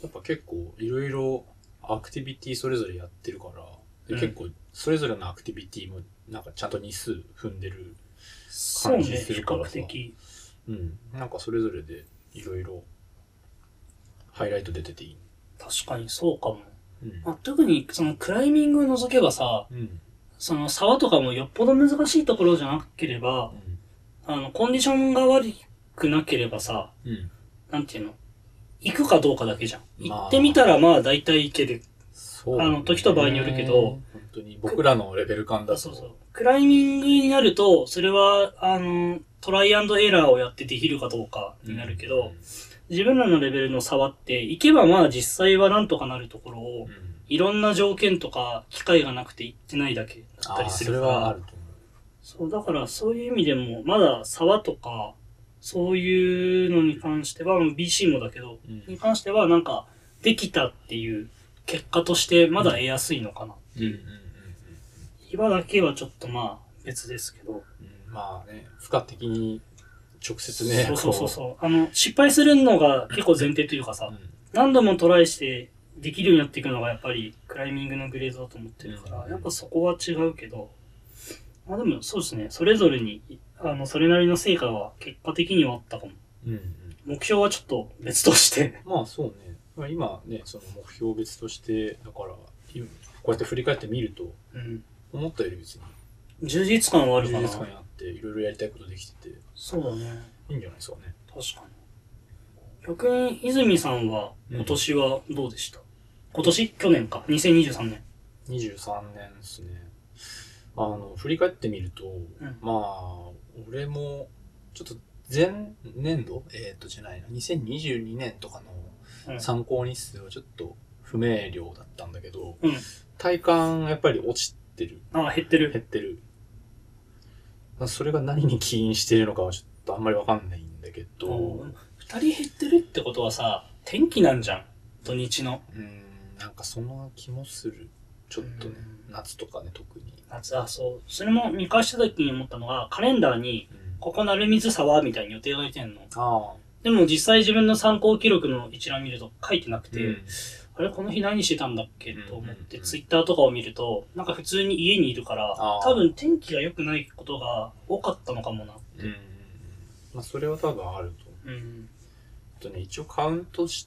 Speaker 1: やっぱ結構いろいろアクティビティそれぞれやってるから、で
Speaker 2: うん
Speaker 1: 結構それぞれのアクティビティもなんかちゃんと日数踏んでる、
Speaker 2: そうね、
Speaker 1: 感じす
Speaker 2: 比
Speaker 1: るか
Speaker 2: 較
Speaker 1: らさ
Speaker 2: 的。
Speaker 1: うん、なんかそれぞれでいろいろハイライト出てていい。
Speaker 2: 確かにそうかも。
Speaker 1: うん
Speaker 2: まあ、特に、その、クライミングを除けばさ、
Speaker 1: うん
Speaker 2: その、沢とかもよっぽど難しいところじゃなければ、あの、コンディションが悪くなければさ、
Speaker 1: うん
Speaker 2: なんていうの行くかどうかだけじゃん。
Speaker 1: まあ
Speaker 2: 行ってみたらまあ大体行ける。
Speaker 1: そう
Speaker 2: あの時と場合によるけど
Speaker 1: 本当に僕らのレベル感だと
Speaker 2: そうそう。クライミングになると、それは、あの、トライアンドエラーをやってできるかどうかになるけど、自分らのレベルの差はあって、行けばまあ実際はなんとかなるところ
Speaker 1: う
Speaker 2: を
Speaker 1: ん、うん
Speaker 2: いろんな条件とか機会がなくて行ってないだけだった
Speaker 1: あ
Speaker 2: り
Speaker 1: あ
Speaker 2: す
Speaker 1: それ
Speaker 2: るから。
Speaker 1: はあると思う
Speaker 2: そう、だからそういう意味でも、まだ沢とか、そういうのに関しては、BC もだけど、
Speaker 1: うん
Speaker 2: に関してはなんか、できたっていう結果としてまだ得やすいのかな。
Speaker 1: うんうんうん
Speaker 2: 岩だけはちょっとまあ、別ですけど。
Speaker 1: うんうんまあね負荷的に直接ね
Speaker 2: そうそうそう
Speaker 1: こ
Speaker 2: そう。あの、失敗するのが結構前提というかさ、
Speaker 1: ううん
Speaker 2: 何度もトライしてできるようになっていくのがやっぱりクライミングのグレードだと思ってるから、
Speaker 1: うん
Speaker 2: やっぱそこは違うけど、まあでもそうですね、それぞれに、あの、それなりの成果は結果的にはあったかも。
Speaker 1: うんうん
Speaker 2: 目標はちょっと別として。
Speaker 1: まあそうね、まあ、今ねその目標別としてだから今こうやって振り返ってみると
Speaker 2: うん。
Speaker 1: 思ったより別に
Speaker 2: 充実感はある
Speaker 1: 充
Speaker 2: かな。
Speaker 1: 実感やっていろいろやりたいことできててい
Speaker 2: そうだね。
Speaker 1: いんじゃないですかね
Speaker 2: 確かに。逆に、泉さんは今年はどうでした、今年去年か。2023年。
Speaker 1: 23年ですねあの振り返ってみると、
Speaker 2: ん
Speaker 1: まあ俺もちょっと前年度えっ、とじゃないな2022年とか
Speaker 2: うん
Speaker 1: の参考日数はちょっと不明瞭だったんだけど、
Speaker 2: うん
Speaker 1: 体感やっぱり落ちてる
Speaker 2: ああ、減ってる。
Speaker 1: 減ってる。まあそれが何に起因しているのかはちょっとあんまりわかんないんだけど、
Speaker 2: お
Speaker 1: う
Speaker 2: ー二人減ってるってことはさ、天気なんじゃん。土日の。
Speaker 1: ーん、なんかそんな気もする。ちょっとね
Speaker 2: う、ん
Speaker 1: 夏とかね、特に。
Speaker 2: 夏、あ、そう。それも見返した時に思ったのが、カレンダーに、
Speaker 1: うん
Speaker 2: ここ鳴水沢みたいに予定が入ってんの。
Speaker 1: ああ、
Speaker 2: でも実際自分の参考記録の一覧見ると書いてなくて、
Speaker 1: うん
Speaker 2: あれこの日何してたんだっけ
Speaker 1: うん
Speaker 2: と思って、
Speaker 1: うんうん
Speaker 2: ツイッターとかを見ると、なんか普通に家にいるから
Speaker 1: あ、ー
Speaker 2: 多分天気が良くないことが多かったのかもな。
Speaker 1: うんまあそれは多分あると思う。
Speaker 2: うん。
Speaker 1: あとね、一応カウントし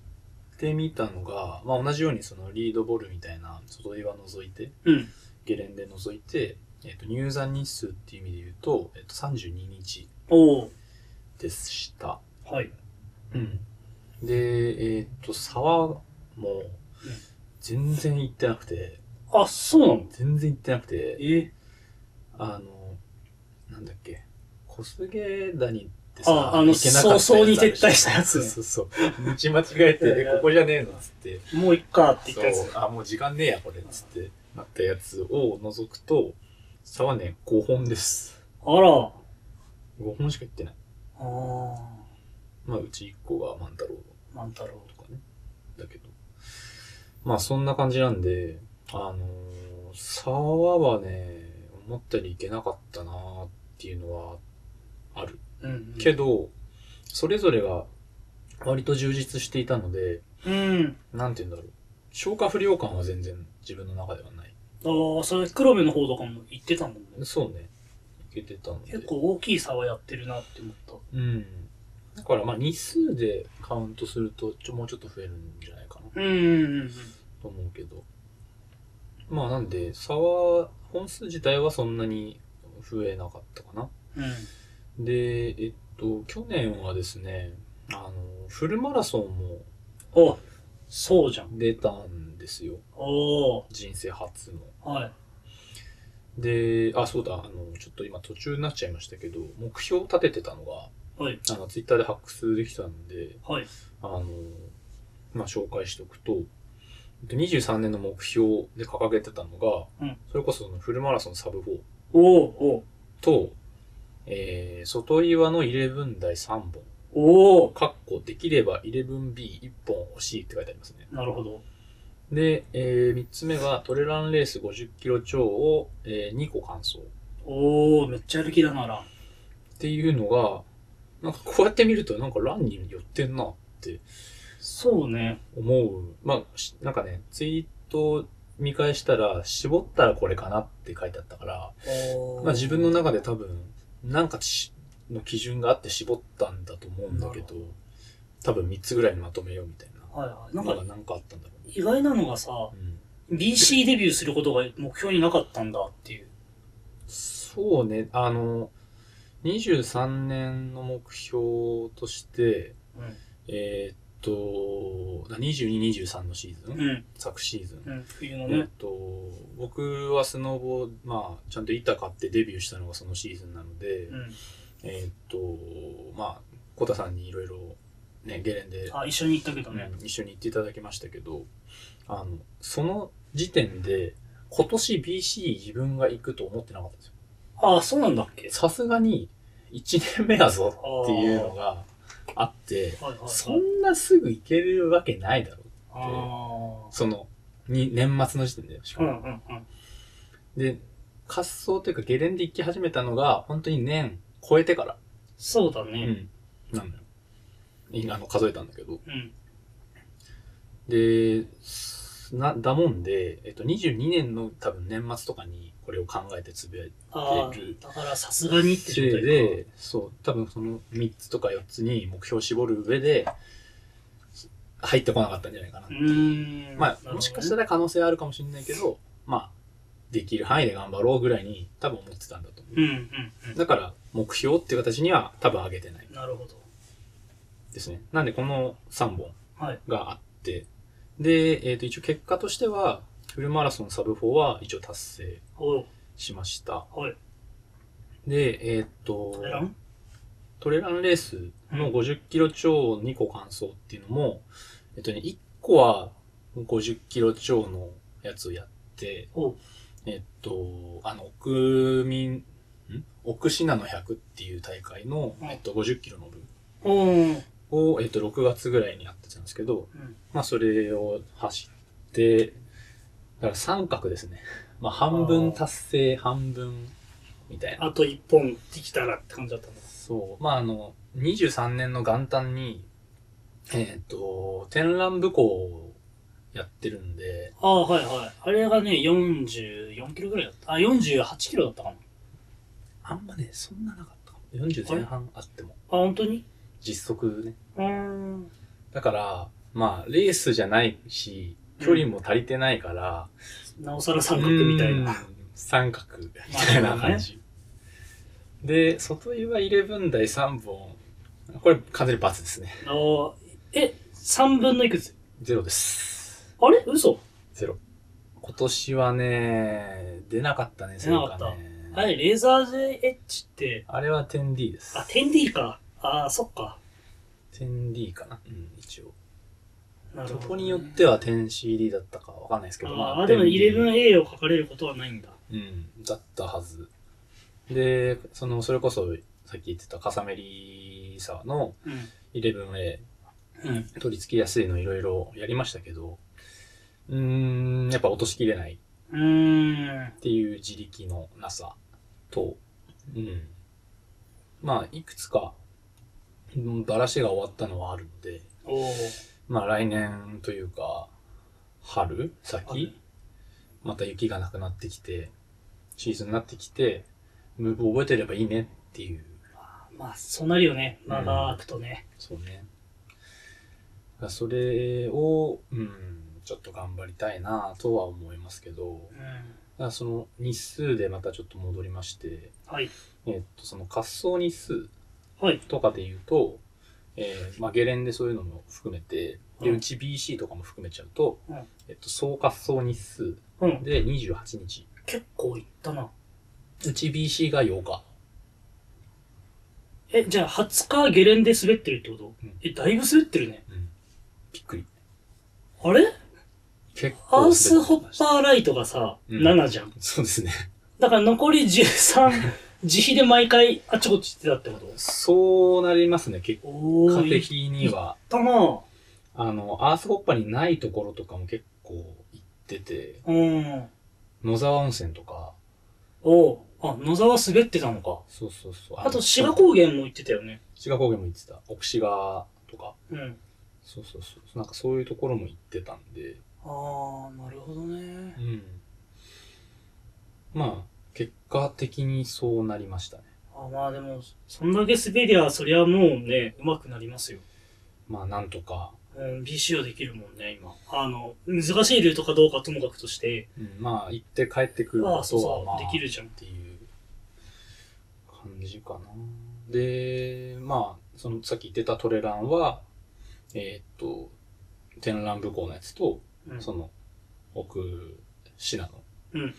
Speaker 1: ててみたのが、まあ、同じようにそのリードボールみたいな外岩除いて、
Speaker 2: うん。
Speaker 1: ゲレンデ除いて、えっと入山日数っていう意味で言うと、えっと32日
Speaker 2: おお。
Speaker 1: でした。
Speaker 2: はい。
Speaker 1: うん、で、えっと沢も全然行ってなくて
Speaker 2: あ、そうなの
Speaker 1: 全然行ってなくて
Speaker 2: え
Speaker 1: あの、なんだっけ、小菅谷って
Speaker 2: ああの
Speaker 1: 行けなかったやつあるじゃん
Speaker 2: 早々に撤退したやつ
Speaker 1: そうそうそう。道間違え て、えここじゃねえのっつって。
Speaker 2: もういっかって言っ
Speaker 1: そ
Speaker 2: たやつ
Speaker 1: う。。あ、もう時間ねえや、これ。っつって。なったやつを除くと、差はね、5本です。
Speaker 2: あら。
Speaker 1: 5本しか行ってない。
Speaker 2: ああ。
Speaker 1: まあ、うち1個が万太郎
Speaker 2: 万太郎。
Speaker 1: とかね。だけど。まあ、そんな感じなんで、あのー、沢はね、思ったより行けなかったなーっていうのはある。
Speaker 2: うん、うん。
Speaker 1: けど、それぞれが割と充実していたので、
Speaker 2: うん。
Speaker 1: なんて言うんだろう。消化不良感は全然自分の中ではない。
Speaker 2: ああ、それ黒部の方とかも行ってたもんね。
Speaker 1: そうね。いけてたので。
Speaker 2: 結構大きい沢やってるなって思った。
Speaker 1: うん。だからまあ日数でカウントするとちょ、もうちょっと増えるんじゃないかな
Speaker 2: うんうんうん。
Speaker 1: と思うけど。まあなんで、差は、本数自体はそんなに増えなかったかな。
Speaker 2: うん。
Speaker 1: で、えっと、去年はですね、あの、フルマラソンも
Speaker 2: おそうじゃん。
Speaker 1: 出たんですよ。
Speaker 2: おお
Speaker 1: 人生初の。
Speaker 2: はい。
Speaker 1: で、あ、そうだ、あの、ちょっと今途中になっちゃいましたけど、目標を立ててたのが、
Speaker 2: はい。
Speaker 1: あの、ツイッターで発掘できたんで、
Speaker 2: はい。
Speaker 1: あの、まあ、紹介しておくと、えっと23年の目標で掲げてたのが、
Speaker 2: うん
Speaker 1: それこそそのフルマラソンサブ4
Speaker 2: おお
Speaker 1: と、えー、外岩の11台3本、
Speaker 2: おおお
Speaker 1: かっこできれば 11B1 本欲しいって書いてありますね。
Speaker 2: なるほど。
Speaker 1: で、えー、3つ目がトレランレース50キロ超を、えー、2個完走。
Speaker 2: おおめっちゃやる気だなら。
Speaker 1: っていうのが、なんかこうやって見るとなんかランに寄ってんなって
Speaker 2: そうね。
Speaker 1: 思う。まあ、しなんかね、ツイート見返したら、絞ったらこれかなって書いてあったから、
Speaker 2: おー
Speaker 1: まあ自分の中で多分、なんかしの基準があって絞ったんだと思うんだけ
Speaker 2: な
Speaker 1: ど、多分3つぐらいにまとめようみたいな。
Speaker 2: はいはい。なん
Speaker 1: なんか
Speaker 2: か、
Speaker 1: なんかあったんだろうね。
Speaker 2: 意外なのがさ、
Speaker 1: うん、
Speaker 2: BC デビューすることが目標になかったんだっていう。
Speaker 1: そうね、あの、23年の目標として、えーっと、22、23のシーズン、
Speaker 2: うん。
Speaker 1: 昨シーズン。
Speaker 2: うん。冬の
Speaker 1: えっ
Speaker 2: ね。
Speaker 1: と、僕はスノボ、まあ、ちゃんと板買ってデビューしたのがそのシーズンなので、
Speaker 2: うん。
Speaker 1: えっと、まあ、コタさんにいろいろ、ね、ゲレンで、
Speaker 2: あ、一緒に行ったけど
Speaker 1: う
Speaker 2: ね。
Speaker 1: ん一緒に行っていただきましたけど、あの、その時点で、今年 BC 自分が行くと思ってなかったんですよ。
Speaker 2: あ、そうなんだっけ
Speaker 1: さすがに、1年目だぞっていうのがあって、
Speaker 2: はいはいはい。
Speaker 1: そんなすぐ行けるわけないだろう。
Speaker 2: ああ。
Speaker 1: その、に、年末の時点で、しか
Speaker 2: うん
Speaker 1: も。
Speaker 2: うんうん。
Speaker 1: で、滑走というかゲレンデ行き始めたのが、本当に年超えてから。
Speaker 2: そうだ
Speaker 1: う
Speaker 2: ね。
Speaker 1: ん。なんだよ。いあの、数えたんだけど。
Speaker 2: うん。
Speaker 1: で、すな、だもんで、えっと、22年の多分年末とかにこれを考えてつぶやい
Speaker 2: ああ
Speaker 1: 出る。
Speaker 2: だからさすがにって状
Speaker 1: て、
Speaker 2: 態か。
Speaker 1: で、そう、多分その3つとか4つに目標を絞る上で、入ってこなかったんじゃないかな
Speaker 2: う。ーん。
Speaker 1: まあ、もしかした
Speaker 2: ら。
Speaker 1: ら可能性はあるかもしれないけど、まあ、できる範囲で頑張ろうぐらいに多分思ってたんだと思う。
Speaker 2: うんうん
Speaker 1: だから、目標っていう形には多分上げてない
Speaker 2: うん。なるほど。
Speaker 1: ですね。なんで、この3本
Speaker 2: はい。
Speaker 1: があって、で、えっ、と、一応結果としては、フルマラソンサブ4は一応達成
Speaker 2: おう
Speaker 1: しました。
Speaker 2: はい。
Speaker 1: で、えっ、と、
Speaker 2: トレラン
Speaker 1: トレランレースの50キロ超2個完走っていうのも、えっとね、1個は50キロ超のやつをやって、
Speaker 2: おう
Speaker 1: えっと、あの、奥民、ん奥信濃100っていう大会の、えっと、50キロの部
Speaker 2: おうん。
Speaker 1: を、えっと、6月ぐらいにあったじゃんですけど、まあ、それを走って、だから三角ですね。 まあ、半分達成、半分、みたいな。
Speaker 2: あと一本できたらって感じだったんだ。
Speaker 1: そう。まあ、あの、23年の元旦に、えっ、と、天覧武功をやってるんで、
Speaker 2: ああ、はいはい。あれがね、44キロぐらいだった。あ、48キロだったかな。
Speaker 1: あんまね、そんななかったかも。40前半あっても、
Speaker 2: あ、本当に
Speaker 1: 実測ね。
Speaker 2: うーん。
Speaker 1: だから、まあ、レースじゃないし、距離も足りてないから、
Speaker 2: なおさら三角みたいな。
Speaker 1: うん。三角みたいな感じ。で、外岩11台3本。これ完全に罰ですね。
Speaker 2: あーえ、3分のいくつ
Speaker 1: ゼロです。
Speaker 2: あれ嘘
Speaker 1: ゼロ。今年はね、出なかったね、
Speaker 2: 出なかった
Speaker 1: ゼロね
Speaker 2: あれ、レーザー JH って、
Speaker 1: あれは 10D です。
Speaker 2: あ、10D か。ああ、そっか。
Speaker 1: 10D かな。うん、一応。
Speaker 2: なるほど、
Speaker 1: そこによっては 10CD だったかわかんないですけ
Speaker 2: あ
Speaker 1: ど、
Speaker 2: ー、
Speaker 1: ま
Speaker 2: あ、
Speaker 1: あ、
Speaker 2: でも
Speaker 1: 10D
Speaker 2: 11A を書かれることはないんだ。
Speaker 1: うん、だったはず。で、その、それこそ、さっき言ってたカサメリ沢の
Speaker 2: うん。
Speaker 1: 11A、
Speaker 2: うん。
Speaker 1: 取り付きやすいのいろいろやりましたけど、うーん、やっぱ落としきれないっ
Speaker 2: うーん。
Speaker 1: ていう自力のなさと、うん。まあ、いくつか、うんばらしが終わったのはあるので、
Speaker 2: おお。
Speaker 1: まあ来年というか、春
Speaker 2: はい
Speaker 1: 先また雪がなくなってきて、シーズンになってきて、ムーブ覚えてればいいねっていう。
Speaker 2: まあ、そうなるよね。間が空くとね。
Speaker 1: そうね。だからそれを、うん、ちょっと頑張りたいなとは思いますけど、
Speaker 2: うん。
Speaker 1: だからその日数でまたちょっと戻りまして、
Speaker 2: はい。
Speaker 1: えっと、その滑走日数
Speaker 2: はい。
Speaker 1: とかで言うと、えーまあ、ゲレンでそういうのも含めて、で、
Speaker 2: うん
Speaker 1: うち BC とかも含めちゃうと、
Speaker 2: うん
Speaker 1: えっと、総滑走日数
Speaker 2: うん。
Speaker 1: で28日。
Speaker 2: 結構いったな。
Speaker 1: うち BC が8日。
Speaker 2: え、じゃあ20日ゲレンデ滑ってるってこと、
Speaker 1: うん
Speaker 2: え、だいぶ滑ってるね。
Speaker 1: うん。びっくり。
Speaker 2: あれ
Speaker 1: 結
Speaker 2: ハ
Speaker 1: 構滑ってま
Speaker 2: ウ
Speaker 1: し
Speaker 2: ス
Speaker 1: た。
Speaker 2: ホッパーライトがさ、
Speaker 1: うん
Speaker 2: 7じゃん。
Speaker 1: そうですね。
Speaker 2: だから残り13、自費で毎回あっちこっち行ってたってこと
Speaker 1: そうなりますね、結
Speaker 2: お
Speaker 1: 果
Speaker 2: ー、いっ
Speaker 1: 的には。
Speaker 2: たな
Speaker 1: あの、アースホッパーにないところとかも結構行ってて、
Speaker 2: うん。
Speaker 1: 野沢温泉とか、
Speaker 2: おうあ、野沢滑ってたのか。
Speaker 1: そうそうそう。
Speaker 2: あと、
Speaker 1: の
Speaker 2: 志賀高原も行ってたよね。
Speaker 1: 志賀高原も行ってた。奥志賀とか。
Speaker 2: うん。
Speaker 1: そうそうそう。なんかそういうところも行ってたんで、
Speaker 2: あー、なるほどね
Speaker 1: う。ん。まあ、結果的にそうなりましたね。
Speaker 2: あまあでも、そんだけ滑りゃ、そりゃもうね、上手くなりますよ。
Speaker 1: まあ、なんとか、
Speaker 2: うん、BC はできるもんね、今。あの、難しいルートかどうかはともかくとして、
Speaker 1: うんまあ、行って帰ってくる
Speaker 2: あ
Speaker 1: こ
Speaker 2: あ、そ
Speaker 1: と
Speaker 2: う
Speaker 1: は、ま
Speaker 2: そ
Speaker 1: あ、
Speaker 2: う、できるじゃん
Speaker 1: っ。ていう感じかな。で、まあ、その、さっき言ってたトレランは、えーっと、天覧武功のやつと、
Speaker 2: うん。
Speaker 1: その、奥、信濃
Speaker 2: うん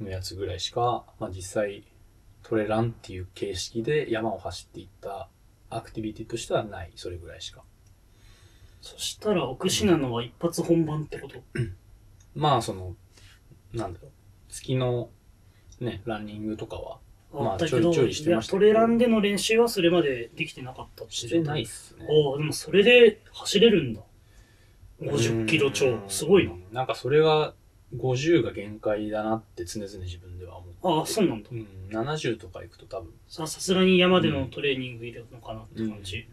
Speaker 1: のやつぐらいしか、まあ実際、トレランっていう形式で山を走っていったアクティビティとしてはない、それぐらいしか。
Speaker 2: そしたら、奥品のは一発本番ってこと
Speaker 1: まあその、なんだろう、月のね、ランニングとかはまあ
Speaker 2: だけ
Speaker 1: ちょ
Speaker 2: ど
Speaker 1: いちょいしてましたけど
Speaker 2: いやトレランでの練習はそれまでできてなかったって
Speaker 1: してないっすね。
Speaker 2: ああ、でもそれで走れるんだ。50キロ超
Speaker 1: う。ん
Speaker 2: すごいな。。
Speaker 1: なんかそれが、50が限界だなって常々自分では思って。
Speaker 2: ああ、そうなんだ。
Speaker 1: うん、70とか行くと多分、
Speaker 2: ささすがに山でのトレーニングいるのかなって感じ。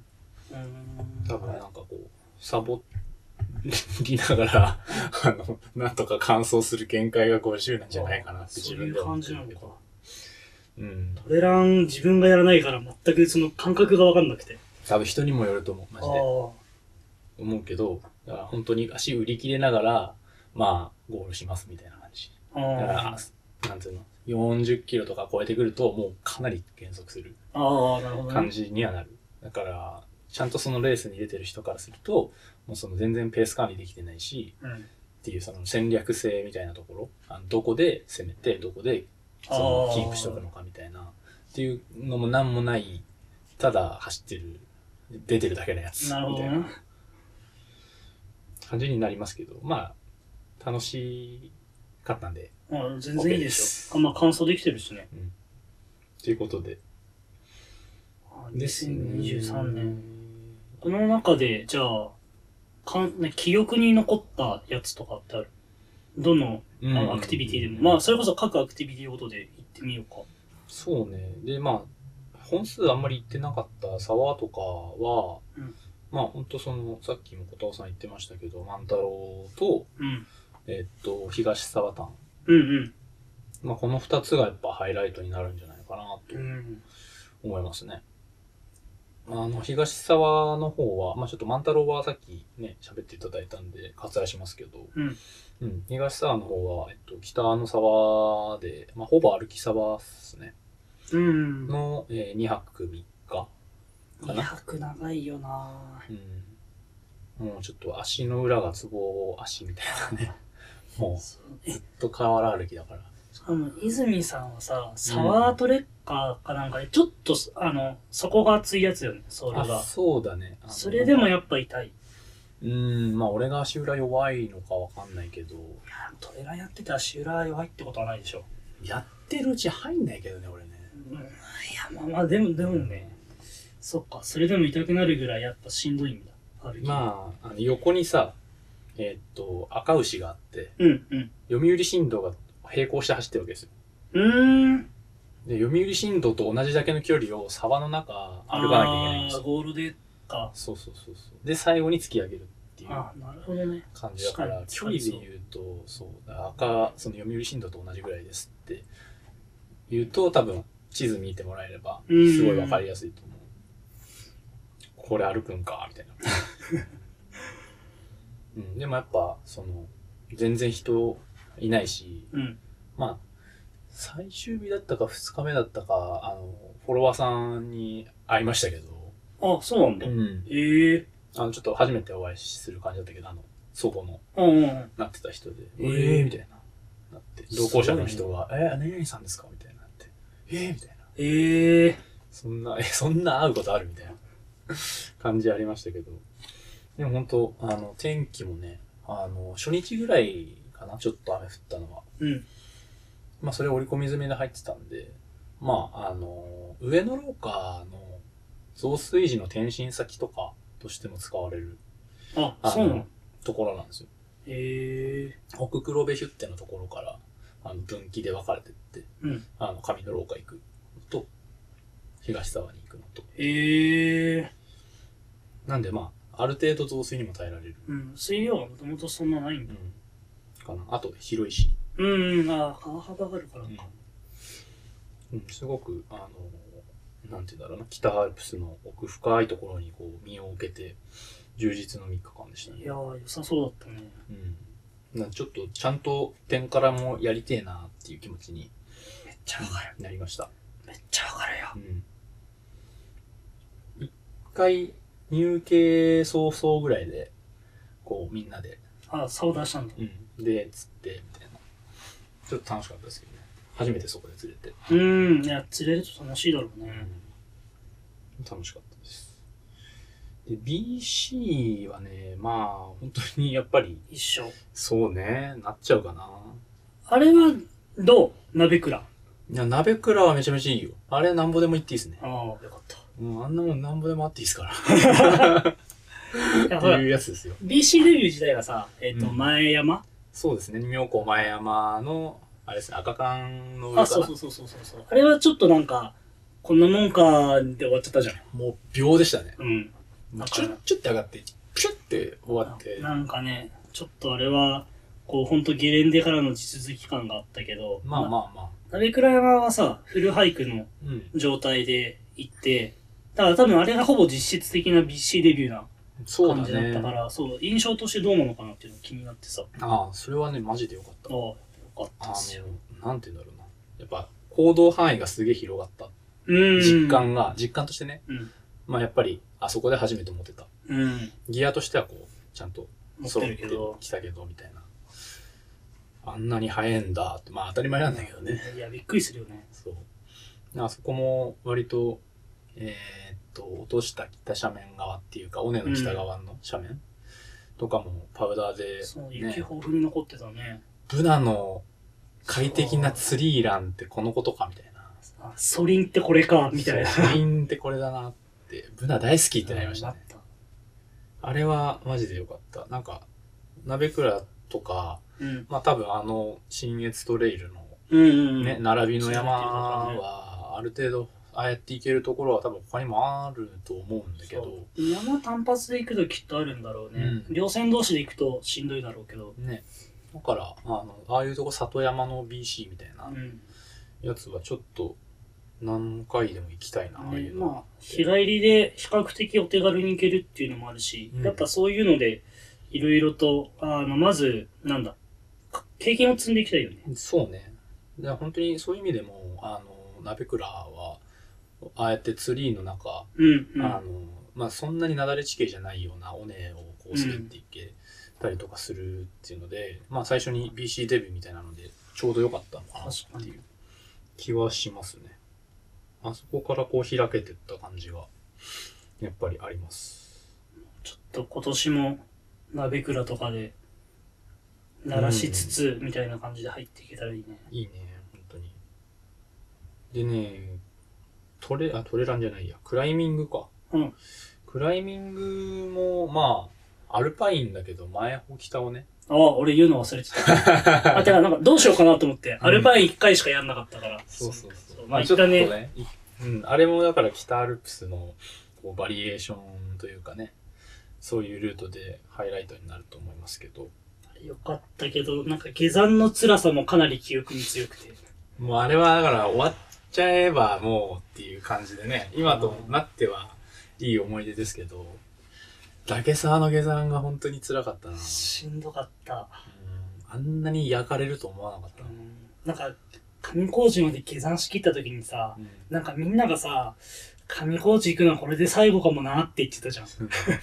Speaker 2: うーん。
Speaker 1: 多分なんかこう、サボりながら、 あの、なんとか完走する限界が50なんじゃないかなって
Speaker 2: そ
Speaker 1: 自
Speaker 2: う
Speaker 1: 分
Speaker 2: いう
Speaker 1: では思っ
Speaker 2: 感
Speaker 1: て
Speaker 2: じ
Speaker 1: る
Speaker 2: なの
Speaker 1: け
Speaker 2: か。
Speaker 1: ど。うん。
Speaker 2: トレラン自分がやらないから全くその感覚がわかんなくて。
Speaker 1: 多分人にもよると思う、マ
Speaker 2: あ
Speaker 1: ジ
Speaker 2: あ
Speaker 1: で。思うけど、だから本当に足売り切れながら、まあ、ゴールしますみたいな感じ。だか
Speaker 2: あ
Speaker 1: ら、なんていうの、40キロとか超えてくると、もうかなり減速する。
Speaker 2: あ。ああ、なるほど
Speaker 1: 感
Speaker 2: ね。
Speaker 1: じにはなる。だから、ちゃんとそのレースに出てる人からすると、もうその全然ペース管理できてないし、
Speaker 2: うん
Speaker 1: っていうその戦略性みたいなところ、あのどこで攻めて、どこでその
Speaker 2: あー
Speaker 1: キープしとくのかみたいな、っていうのもなんもない、ただ走ってる、出てるだけのやつ、み
Speaker 2: なるほ
Speaker 1: た
Speaker 2: ど
Speaker 1: い
Speaker 2: ね
Speaker 1: な。感じになりますけど、まあ、楽しかったんで、
Speaker 2: まあ、全然いいで
Speaker 1: OK で
Speaker 2: し
Speaker 1: す
Speaker 2: ょ。あまあ、乾燥できてるしね。
Speaker 1: ということで。
Speaker 2: あ
Speaker 1: ですね
Speaker 2: 2023年。。この中で、じゃあ、かん、ね、記憶に残ったやつとかってあるどの、
Speaker 1: う
Speaker 2: あ
Speaker 1: ん
Speaker 2: アクティビティでも。まあ、それこそ各アクティビティごとで行ってみようか。
Speaker 1: そうね。で、まあ、本数あんまり行ってなかった沢とかは、
Speaker 2: うん
Speaker 1: まあ、ほんとその、さっきも小田尾さん言ってましたけど、万太郎と、
Speaker 2: うん。
Speaker 1: えっと、東沢丹。
Speaker 2: うん
Speaker 1: まあ、この二つがやっぱハイライトになるんじゃないかなと
Speaker 2: うん。うん。
Speaker 1: 思いますね。あの、東沢の方は、まあちょっと万太郎はさっきね、喋っていただいたんで割愛しますけど、
Speaker 2: うん。
Speaker 1: うん、東沢の方は、えっと、北の沢で、まあほぼ歩き沢ですね。
Speaker 2: うん。
Speaker 1: の、えー、2泊3日。かな
Speaker 2: 2泊長いよな
Speaker 1: うん。もうちょっと足の裏がつぼ足みたいな ね。も
Speaker 2: そう
Speaker 1: う、
Speaker 2: え、
Speaker 1: ずっと河原歩きだから。
Speaker 2: しかも、泉さんはさ、サワートレッカーかなんかで、ちょっと、あの、底が厚いやつよね、ソール
Speaker 1: あ、
Speaker 2: が。
Speaker 1: そうだね。あの
Speaker 2: それでもやっぱ痛い。
Speaker 1: うん、まあ俺が足裏弱いのかわかんないけど、
Speaker 2: トレランやってたらシュラー弱いってことはないでしょ。
Speaker 1: やってるうち入んないけどね、俺ね。
Speaker 2: うん、いや、まあまあ、でも、でもね、そっか、それでも痛くなるぐらいやっぱしんどいんだ。歩き
Speaker 1: まあ、あの横にさ、えーっと、赤牛があって、
Speaker 2: うん、うん。
Speaker 1: 読売新道が並行して走ってるわけですよ。
Speaker 2: うーん。
Speaker 1: で、読売新道と同じだけの距離を沢の中歩かなきゃいけないんです
Speaker 2: あー
Speaker 1: よ。
Speaker 2: ゴールでか。
Speaker 1: そうそうそうそう。で、最後に突き上げるっていう
Speaker 2: あなるほどね。
Speaker 1: 感じだから、
Speaker 2: 確
Speaker 1: 距
Speaker 2: か
Speaker 1: 離で
Speaker 2: に
Speaker 1: 言うと、そう、赤、その読売新道と同じぐらいですって言うと、多分地図見てもらえれば、
Speaker 2: うん
Speaker 1: すごいわかりやすいと思う。これ歩くんか、みたいな。うん、でもやっぱ、その、全然人いないし、
Speaker 2: うん。
Speaker 1: まあ、最終日だったか2日目だったか、あの、フォロワーさんに会いましたけど、
Speaker 2: あ、そうなんだ。
Speaker 1: ん、
Speaker 2: ええ
Speaker 1: あの、ちょっと初めてお会いする感じだったけど、あの、祖母の
Speaker 2: うんうんうん。
Speaker 1: なってた人で、
Speaker 2: え
Speaker 1: え
Speaker 2: ー
Speaker 1: ー、みたいな。なって、同行者の人が、えー、何々さんですかみたいになって、えー、みたいな。
Speaker 2: ええ
Speaker 1: そんな、え、そんな会うことあるみたいな感じありましたけど。でも本当あの、天気もね、あの、初日ぐらいかな、ちょっと雨降ったのは。
Speaker 2: うん。
Speaker 1: まあ、それ折り込み済みで入ってたんで、まあ、あの、上野廊下の増水時の転身先とかとしても使われる
Speaker 2: あ、
Speaker 1: あの
Speaker 2: そうなの
Speaker 1: ところなんですよ。
Speaker 2: ええ
Speaker 1: 北黒部ヒュッテのところから、あの、分岐で分かれてって、
Speaker 2: うん。
Speaker 1: あの、上の廊下行くのと、東沢に行くのと。
Speaker 2: ええ
Speaker 1: なんで、まあ、ある程度増水にも耐えられる。
Speaker 2: うん。水量はもともとそんなないん
Speaker 1: う
Speaker 2: だ。
Speaker 1: ん。かな。あと、広いし。
Speaker 2: うん、うん、ああ、川幅があるから
Speaker 1: うん
Speaker 2: か。。
Speaker 1: うん、すごく、あの、なんて言うんだろうな、北アルプスの奥深いところにこう、身を置けて、充実の3日間でした
Speaker 2: い
Speaker 1: ね
Speaker 2: や。ー、良さそうだったね。
Speaker 1: うん。なんかちょっと、ちゃんと点からもやりてえなっていう気持ちに
Speaker 2: めっちゃわかる。
Speaker 1: なりました。
Speaker 2: めっちゃわかるよ。
Speaker 1: うん一回、入慶早々ぐらいで、こう、みんなで、
Speaker 2: あ差を出したんだ。
Speaker 1: うん、で、つって、みたいな。ちょっと楽しかったですけどね。初めてそこで釣れて。
Speaker 2: うん。いや、釣れると楽しいだろうね。
Speaker 1: 楽しかったです。で、BC はね、まあ、本当にやっぱり、
Speaker 2: 一緒。
Speaker 1: そうね、なっちゃうかな。
Speaker 2: あれは、どう鍋倉。あ
Speaker 1: いや、鍋くらはめちゃめちゃいいよ。あれ、なんぼでも行っていいですね
Speaker 2: あ、。よかった。
Speaker 1: うん、あんなもんなんぼでもあっていいですから。
Speaker 2: いや、
Speaker 1: って
Speaker 2: ほら
Speaker 1: い、うやつですよ。
Speaker 2: BC デビュー時代がさ、えっ、と、
Speaker 1: うん
Speaker 2: 前山
Speaker 1: そうですね、妙高前山の、あれですね、赤缶の上かな
Speaker 2: あ、そうそうそうそうそうそう。あれはちょっとなんか、こんなもんか、で終わっちゃったじゃん。
Speaker 1: もう秒でしたね。
Speaker 2: うん。
Speaker 1: もうチュッチュッって上がって、ピュッて終わって。
Speaker 2: なんかね、ちょっとあれは、こう、ほんとゲレンデからの地続き感があったけど、
Speaker 1: まあまあまあ。
Speaker 2: あ。鍋倉山はさ、フルハイクの
Speaker 1: うん。
Speaker 2: 状態で行って、だから多分あれがほぼ実質的な BC デビューな
Speaker 1: そう
Speaker 2: 感
Speaker 1: だ
Speaker 2: じだったか
Speaker 1: ね。
Speaker 2: ら、そう,、印象としてどうなのかなっていうのが気になってさ。
Speaker 1: ああ、それはね、マジでよかっ
Speaker 2: あ
Speaker 1: た
Speaker 2: あ、。よかっ
Speaker 1: あ
Speaker 2: たっすよ。
Speaker 1: の、なんて言うんだろうな。やっぱ、行動範囲がすげえ広がった。
Speaker 2: うん。
Speaker 1: 実。感が、実感としてね。
Speaker 2: うん。
Speaker 1: まあやっぱり、あそこで初めて持てた。
Speaker 2: うん。
Speaker 1: ギアとしてはこう、ちゃんと
Speaker 2: 持って
Speaker 1: 揃
Speaker 2: る
Speaker 1: っ
Speaker 2: け
Speaker 1: て
Speaker 2: ど。
Speaker 1: きたけど、みたいな。あんなに早いんだって、まあ当たり前なんだけどね。
Speaker 2: いや、びっくりするよね。
Speaker 1: そう。あそこも割と、えーっと、落とした北斜面側っていうか、尾根の北側の斜面とかもパウダーで、
Speaker 2: そう、雪
Speaker 1: ね
Speaker 2: 豊、富に残ってたね。
Speaker 1: ブナの快適なツリーランってこのことかみたいな。
Speaker 2: あ、ソリンってこれか、みたいな。
Speaker 1: そう。インってこれだなって、ブナ大好きってなりましたね。
Speaker 2: なっ
Speaker 1: あれはマジでよかった。なんか、鍋倉とか、
Speaker 2: たうん。
Speaker 1: まあ多分あの、新越トレイルの
Speaker 2: うんうん。
Speaker 1: ね、。並びの山は、ある程度、ああやっていけるところは多分他にもあると思うんだけど、
Speaker 2: そう山単発で行くときっとあるんだろうね、
Speaker 1: うん
Speaker 2: 両線同士で行くとしんどいだろうけど、
Speaker 1: ね。だから、あの、ああいうとこ、里山の BC みたいな
Speaker 2: うん、
Speaker 1: やつはちょっと、何回でも行きたいな、ああい
Speaker 2: ね
Speaker 1: うの。
Speaker 2: まあ、日帰りで比較的お手軽に行けるっていうのもあるし、
Speaker 1: うん
Speaker 2: やっぱそういうので、いろいろと、あの、まず、なんだ、か経験を積んでいきたいよね。
Speaker 1: そうね。だから本当にそういう意味でも、あの、ナベクラは、ああやってツリーの中、
Speaker 2: うん、うん。
Speaker 1: あの、まあ、そんなになだれ地形じゃないような尾根をこう滑っていけたりとかするっていうので、まあ、最初に BC デビューみたいなので、ちょうど良かったのかなっていう気はしますね。あそこからこう開けてった感じが、やっぱりあります。
Speaker 2: ちょっと今年も、鍋倉とかで、鳴らしつつ、みたいな感じで入っていけたらいいね。
Speaker 1: いいね、本当に。でね、トレ、あ、トレランじゃないや、クライミングか。
Speaker 2: うん
Speaker 1: クライミングも、まあ、アルパインだけど、前ほ北をね、
Speaker 2: ああ、俺言うの忘れて た。あ、てか、なんかどうしようかなと思って、アルパイン1回しかやんなかったから。
Speaker 1: そうそうそう。
Speaker 2: まあ、一旦ね、
Speaker 1: いうん、あれもだから北アルプスのこうバリエーションというかね、そういうルートでハイライトになると思いますけど、
Speaker 2: よかったけど、なんか下山の辛さもかなり記憶に強くて。
Speaker 1: もうあれはだから終わっちゃえばもうっていう感じでね、今となってはいい思い出ですけど、岳沢の下山が本当に辛かったな。うん
Speaker 2: しんどかった。
Speaker 1: あんなに焼かれると思わなかった
Speaker 2: う
Speaker 1: な。
Speaker 2: んなんか、上高地まで下山しきった時にさ、
Speaker 1: うん
Speaker 2: なんかみんながさ、上高地行くのはこれで最後かもなって言って たじゃん。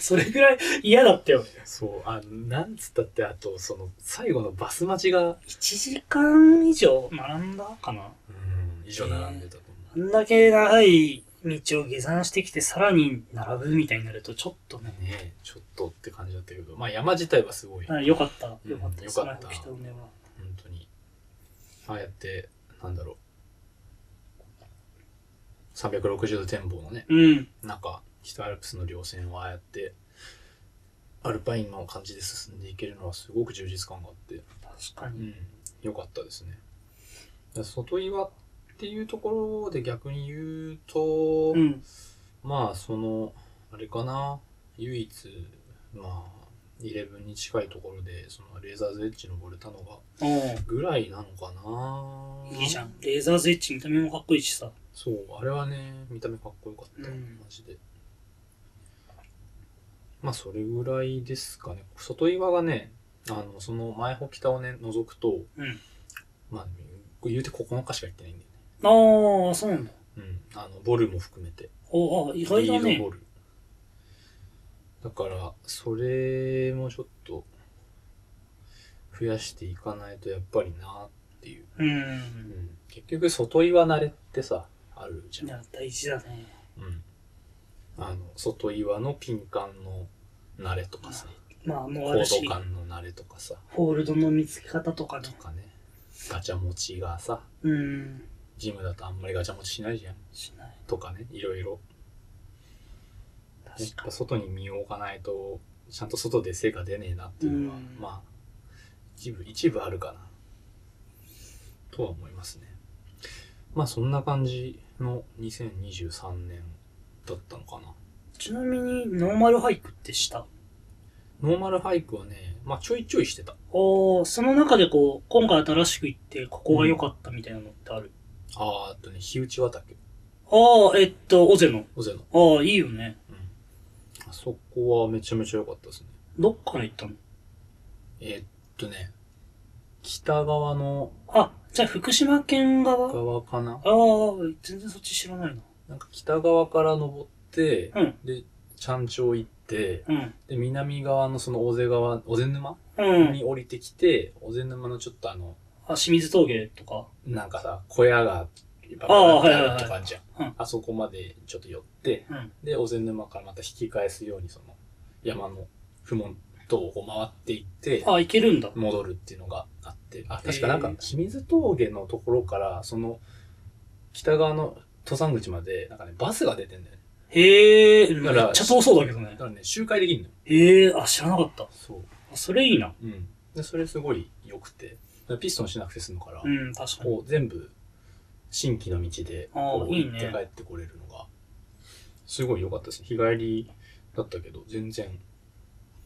Speaker 2: それぐらい嫌だったよ。
Speaker 1: そう、あの、なんつったって、あと、その、最後のバス待ちが、
Speaker 2: 1時間以上並んだかな。
Speaker 1: うん、以上並んでたと思う。
Speaker 2: あんだけ長い道を下山してきてさらに並ぶみたいになるとちょっとね、
Speaker 1: ねちょっとって感じだったけど、まあ山自体はすごい、
Speaker 2: あよかった。
Speaker 1: うん
Speaker 2: よかった。
Speaker 1: よかった
Speaker 2: その北尾根は。
Speaker 1: 本当に。ああやって、なんだろう。360度展望のね、
Speaker 2: うん。
Speaker 1: 中、北アルプスの稜線をああやって、アルパインの感じで進んでいけるのはすごく充実感があって、
Speaker 2: 確か
Speaker 1: う
Speaker 2: に。
Speaker 1: ん、良かったですね。だから外岩っていうところで逆に言うと、
Speaker 2: うん。
Speaker 1: まあそのあれかな唯一まあ11に近いところでそのレーザーズエッジ登れたのが
Speaker 2: おう
Speaker 1: ぐらいなのかない
Speaker 2: いじゃん。レーザーズエッジ見た目もかっこいいしさ。
Speaker 1: そうあれはね見た目かっこよかった、
Speaker 2: うん
Speaker 1: マジでまあそれぐらいですかね外岩がねあのその前ほ北をね覗くと
Speaker 2: うん。
Speaker 1: まあ言うて9日しか行ってないんだよね
Speaker 2: ああ、そうなんだ。
Speaker 1: うんあのボルも含めて
Speaker 2: おあ、意外だ
Speaker 1: リード
Speaker 2: ね
Speaker 1: ボ。ール。だから、それもちょっと、増やしていかないとやっぱりなっていう。
Speaker 2: う。
Speaker 1: うんん、結局、外岩慣れってさ、あるじゃ
Speaker 2: い
Speaker 1: ん。
Speaker 2: や、大事だね。
Speaker 1: うん。あの、外岩のピン感の慣れとかさ、
Speaker 2: まあ、もう
Speaker 1: コ
Speaker 2: あ
Speaker 1: ー
Speaker 2: るし
Speaker 1: ド、感の慣れとかさ、
Speaker 2: ホールドの見つけ方とかね。
Speaker 1: とかね、ガチャ持ちがさ、
Speaker 2: うん。
Speaker 1: ジムだとあんまりガチャ持ちしないじゃん。
Speaker 2: しない。
Speaker 1: とかね、いろいろ。やっ
Speaker 2: 確か
Speaker 1: ぱ外に身を置かないとちゃんと外で成果出ねえなっていうのは、
Speaker 2: うん
Speaker 1: まあ一部一部あるかなとは思いますねまあそんな感じの2023年だったのかな
Speaker 2: に。ちなみに、ノーマルハイクってした
Speaker 1: ノーマルハイクはねまあちょいちょいしてた
Speaker 2: おーその中でこう、今回新しく行って、ここが良かったみたいなのってある、
Speaker 1: あーっとね日内畑
Speaker 2: ああ、えっと、尾瀬の。
Speaker 1: 尾瀬の
Speaker 2: ああ、いいよね。
Speaker 1: あそこはめちゃめちゃ良かったですね
Speaker 2: どっから行ったの
Speaker 1: えーっとね北側の
Speaker 2: あ、じゃあ福島県側あ
Speaker 1: 側かな
Speaker 2: あ、全然そっち知らないな。
Speaker 1: なんか北側から登って
Speaker 2: うん、
Speaker 1: でちゃんちょ行って
Speaker 2: うん。
Speaker 1: で、南側のその尾瀬川、尾瀬沼、
Speaker 2: うん。
Speaker 1: に降りてきて、尾瀬沼のちょっとあの、
Speaker 2: あ、清水峠とか。
Speaker 1: なんかさ、小屋が、バババ
Speaker 2: あー
Speaker 1: バ
Speaker 2: はいはいはい
Speaker 1: とかあるじゃん。
Speaker 2: うん
Speaker 1: あそこまでちょっと寄って、
Speaker 2: うん。
Speaker 1: で、尾瀬沼からまた引き返すように、その、山のふもとをこう回っていって、
Speaker 2: あ、行けるんだ。
Speaker 1: 戻るっていうのがあって、あ、
Speaker 2: へー
Speaker 1: 確かなんか、清水峠のところから、その、北側の登山口まで、なんかね、バスが出てんだよね。
Speaker 2: へえ、め
Speaker 1: だ
Speaker 2: っ
Speaker 1: から
Speaker 2: ちゃ遠そうだけどね
Speaker 1: だ。からね、周回できんのよ。
Speaker 2: へえ、あ、知らなかった。あ
Speaker 1: そう。
Speaker 2: それいいな。
Speaker 1: うん。で、それすごい良くて。ピストンしなくて済むから、
Speaker 2: うん、確かに。
Speaker 1: こう全部、新規の道で、こ
Speaker 2: あー
Speaker 1: う、
Speaker 2: いい
Speaker 1: 行
Speaker 2: ね
Speaker 1: って帰ってこれるのが、すごい良かったですね。日帰りだったけど、全然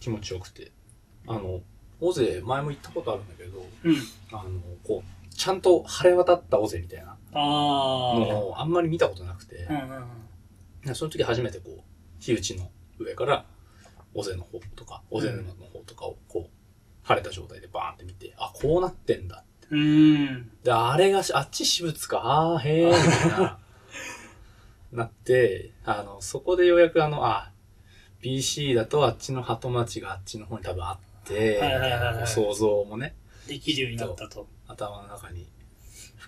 Speaker 1: 気持ちよくて。あの、大勢前も行ったことあるんだけど、
Speaker 2: うん。
Speaker 1: あの、こう、ちゃんと晴れ渡った尾瀬みたいな
Speaker 2: あ
Speaker 1: のをあんまり見たことなくて
Speaker 2: あ。う、んうんうん。
Speaker 1: でその時初めてこう、火打ちの上から、尾瀬の方とか、尾瀬沼の方とかをこう、晴れた状態でバーンって見て、あ、こうなってんだ。
Speaker 2: うーん。
Speaker 1: で、あれがし、あっち私物か、あーへー、みたい な、なって、あの、そこでようやくあの、あ、BC だとあっちの鳩町があっちの方に多分あって、
Speaker 2: はいはいはいはい
Speaker 1: こう想像もね、
Speaker 2: できるようになったと。
Speaker 1: 頭の中に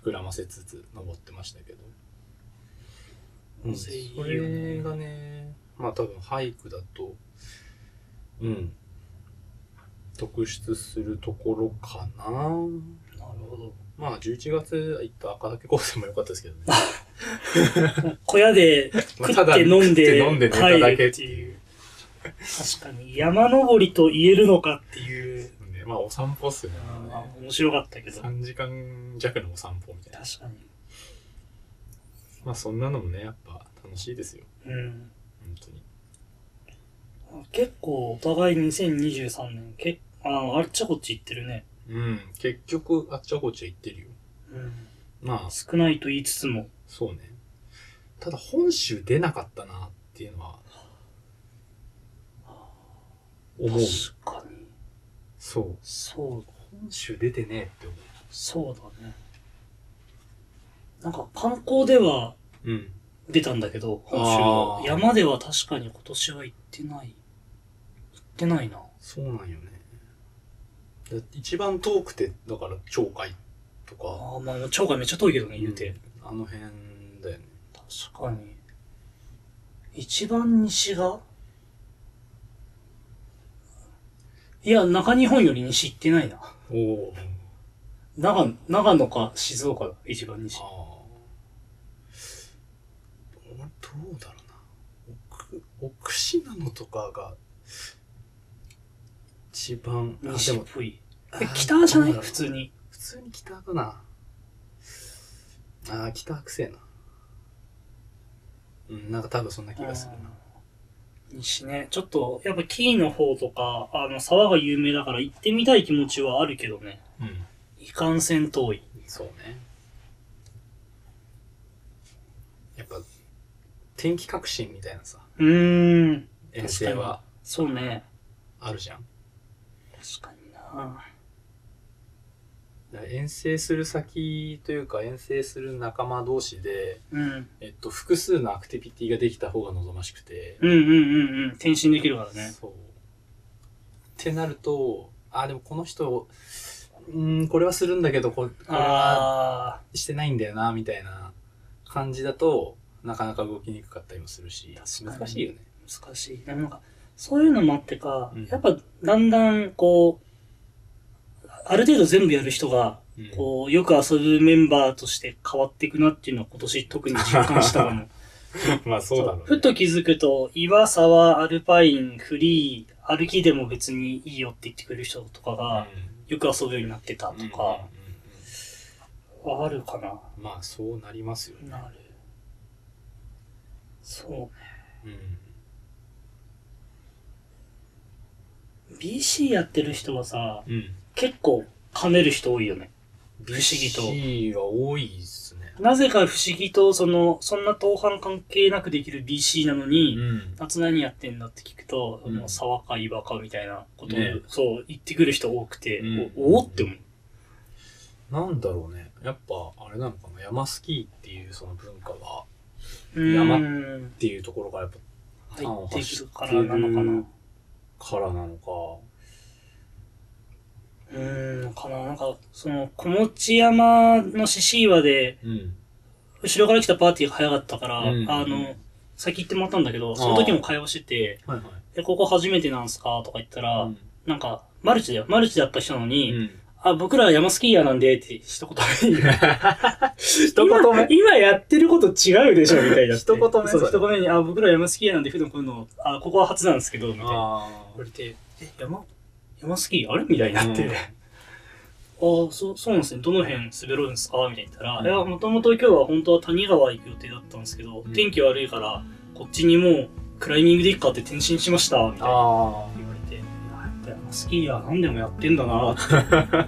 Speaker 1: 膨らませつつ登ってましたけど、
Speaker 2: うん
Speaker 1: そ
Speaker 2: それ
Speaker 1: れがねまあ多分俳句だとうん特出するところかな
Speaker 2: なるほど。
Speaker 1: まあ11月行った赤岳高専も良かったですけど ね
Speaker 2: 小屋で
Speaker 1: まあ
Speaker 2: 食
Speaker 1: た
Speaker 2: っ
Speaker 1: だ
Speaker 2: て飲んで
Speaker 1: 食って飲んで寝た
Speaker 2: 帰
Speaker 1: だけ
Speaker 2: る
Speaker 1: っ
Speaker 2: って
Speaker 1: て
Speaker 2: い
Speaker 1: いうう。
Speaker 2: 確かに、山登りと言えるのかっていう、
Speaker 1: ねまあお散歩っすよね
Speaker 2: あー面白かったけど。確
Speaker 1: 3時間弱のお散歩みたいな
Speaker 2: か
Speaker 1: まあそんなのもねやっぱ楽しいですよ
Speaker 2: に。うん。
Speaker 1: 本当に
Speaker 2: 結構、お互い2023年、けああ、あっちゃこっち行ってるね。
Speaker 1: うん結局あっちゃこっちゃ行ってるよ
Speaker 2: うん。
Speaker 1: まあ
Speaker 2: 少ないと言いつつも。
Speaker 1: そうね。ただ本州出なかったなっていうのは、思う。
Speaker 2: 確かに。
Speaker 1: そう。
Speaker 2: そう、
Speaker 1: 本州出てねえって思
Speaker 2: そうだね。なんか、観光では
Speaker 1: う。うん。
Speaker 2: 出たんだけど、本州の
Speaker 1: あー
Speaker 2: 山では確かに今年は行ってない。行ってないな。
Speaker 1: そうなんよね。だって一番遠くて、だから鳥海とか、
Speaker 2: ああ、まあ、町外めっちゃ遠いけどね、言うて。
Speaker 1: あの辺だよね。
Speaker 2: 確かに。一番西がいや、中日本より西行ってないな。
Speaker 1: おお。
Speaker 2: 長野、長野か静岡だ、一番西
Speaker 1: あ。あ。俺どうだろうな。奥、奥信濃とかが、一番、あ、で
Speaker 2: 西っ
Speaker 1: も、
Speaker 2: ぽい。
Speaker 1: あ
Speaker 2: え
Speaker 1: ー
Speaker 2: 北じゃない
Speaker 1: どうだろう
Speaker 2: 普通に。
Speaker 1: 普通に北かなああ北くせえなうんなんか多分そんな気がするな
Speaker 2: 西ね。ちょっと、やっぱキーの方とか、あの、沢が有名だから行ってみたい気持ちはあるけどね。
Speaker 1: うん
Speaker 2: いかんせん遠い。
Speaker 1: そうねやっぱ天気革新みたいなさ
Speaker 2: うーん。
Speaker 1: 遠征は
Speaker 2: そうね。
Speaker 1: あるじゃん
Speaker 2: 確かにな。
Speaker 1: だから遠征する先というか遠征する仲間同士で、
Speaker 2: うん。
Speaker 1: えっと、複数のアクティビティができた方が望ましくて、
Speaker 2: うんうんうんうん。転身できるからね。
Speaker 1: そう。ってなると、あ、でもこの人、うーん、これはするんだけど、ここれは
Speaker 2: あ
Speaker 1: してないんだよな、みたいな感じだと、なかなか動きにくかったりもするし、
Speaker 2: 確かに
Speaker 1: 難しいよね。
Speaker 2: ー、難しい。でもなんか、そういうのもあってか、
Speaker 1: うん
Speaker 2: やっぱ、だんだん、こう、ある程度全部やる人が、
Speaker 1: うん
Speaker 2: こう、よく遊ぶメンバーとして変わっていくなっていうのは今年特に実感したかも。
Speaker 1: まあ そ
Speaker 2: そうふと気づくと、岩沢、アルパイン、フリー、歩きでも別にいいよって言ってくれる人とかが、よく遊ぶようになってた
Speaker 1: うん
Speaker 2: とか、
Speaker 1: うんうん
Speaker 2: はあるかな。
Speaker 1: うんまあそうなりますよね。
Speaker 2: なる。そう
Speaker 1: うん。
Speaker 2: BC やってる人はさ、
Speaker 1: うん。
Speaker 2: 結構跳ねる人多いよね。
Speaker 1: 不
Speaker 2: 思議と
Speaker 1: BC は多いですね。
Speaker 2: なぜか不思議と、その、そんな当半関係なくできる BC なのに、
Speaker 1: ん。
Speaker 2: 夏何やってんだって聞くと、
Speaker 1: うん
Speaker 2: あの沢か岩かみたいなことを、
Speaker 1: ね
Speaker 2: そう、言ってくる人多くて、
Speaker 1: うん
Speaker 2: おおって思う。
Speaker 1: なんだろうね。やっぱ、あれなのかな。山スキーっていうその文化は、
Speaker 2: 山
Speaker 1: 山
Speaker 2: 入
Speaker 1: っていうところがやっぱ
Speaker 2: ってくるからなのかな。
Speaker 1: からなのか。
Speaker 2: うーん、かな。なんか、その、小持山の獅子岩で、
Speaker 1: うん。
Speaker 2: 後ろから来たパーティーが早かったから、
Speaker 1: うん
Speaker 2: あの、先行ってもらったんだけど、その時も会話してて、
Speaker 1: はいはい。
Speaker 2: え、ここ初めてなんすかとか言ったら、
Speaker 1: うん
Speaker 2: なんか、マルチだよ。マルチだった人なのに、
Speaker 1: うん。
Speaker 2: あ、僕ら山スキーヤーなんで、って一言目に。
Speaker 1: 一言 目
Speaker 2: 今今やってること違うでしょ、みたいな。
Speaker 1: 一言目
Speaker 2: そ、
Speaker 1: そうれ
Speaker 2: 一言目に、あ、僕ら山スキーヤーなんで、普段こういうの、あ、ここは初なんですけど、みたいな。
Speaker 1: あ
Speaker 2: 言われて、え、山、山スキーあれみたいになって。
Speaker 1: うん
Speaker 2: あそう、そうなんですね。どの辺滑るんですかみたいに言ったら、
Speaker 1: うん
Speaker 2: いや、もともと今日は本当は谷川行く予定だったんですけど、
Speaker 1: うん
Speaker 2: 天気悪いから、こっちにもう、クライミングで行くかって転身しました、みたいな。
Speaker 1: あ
Speaker 2: 言われて、いややっぱりスキーヤー何でもやってんだなって。なんかね、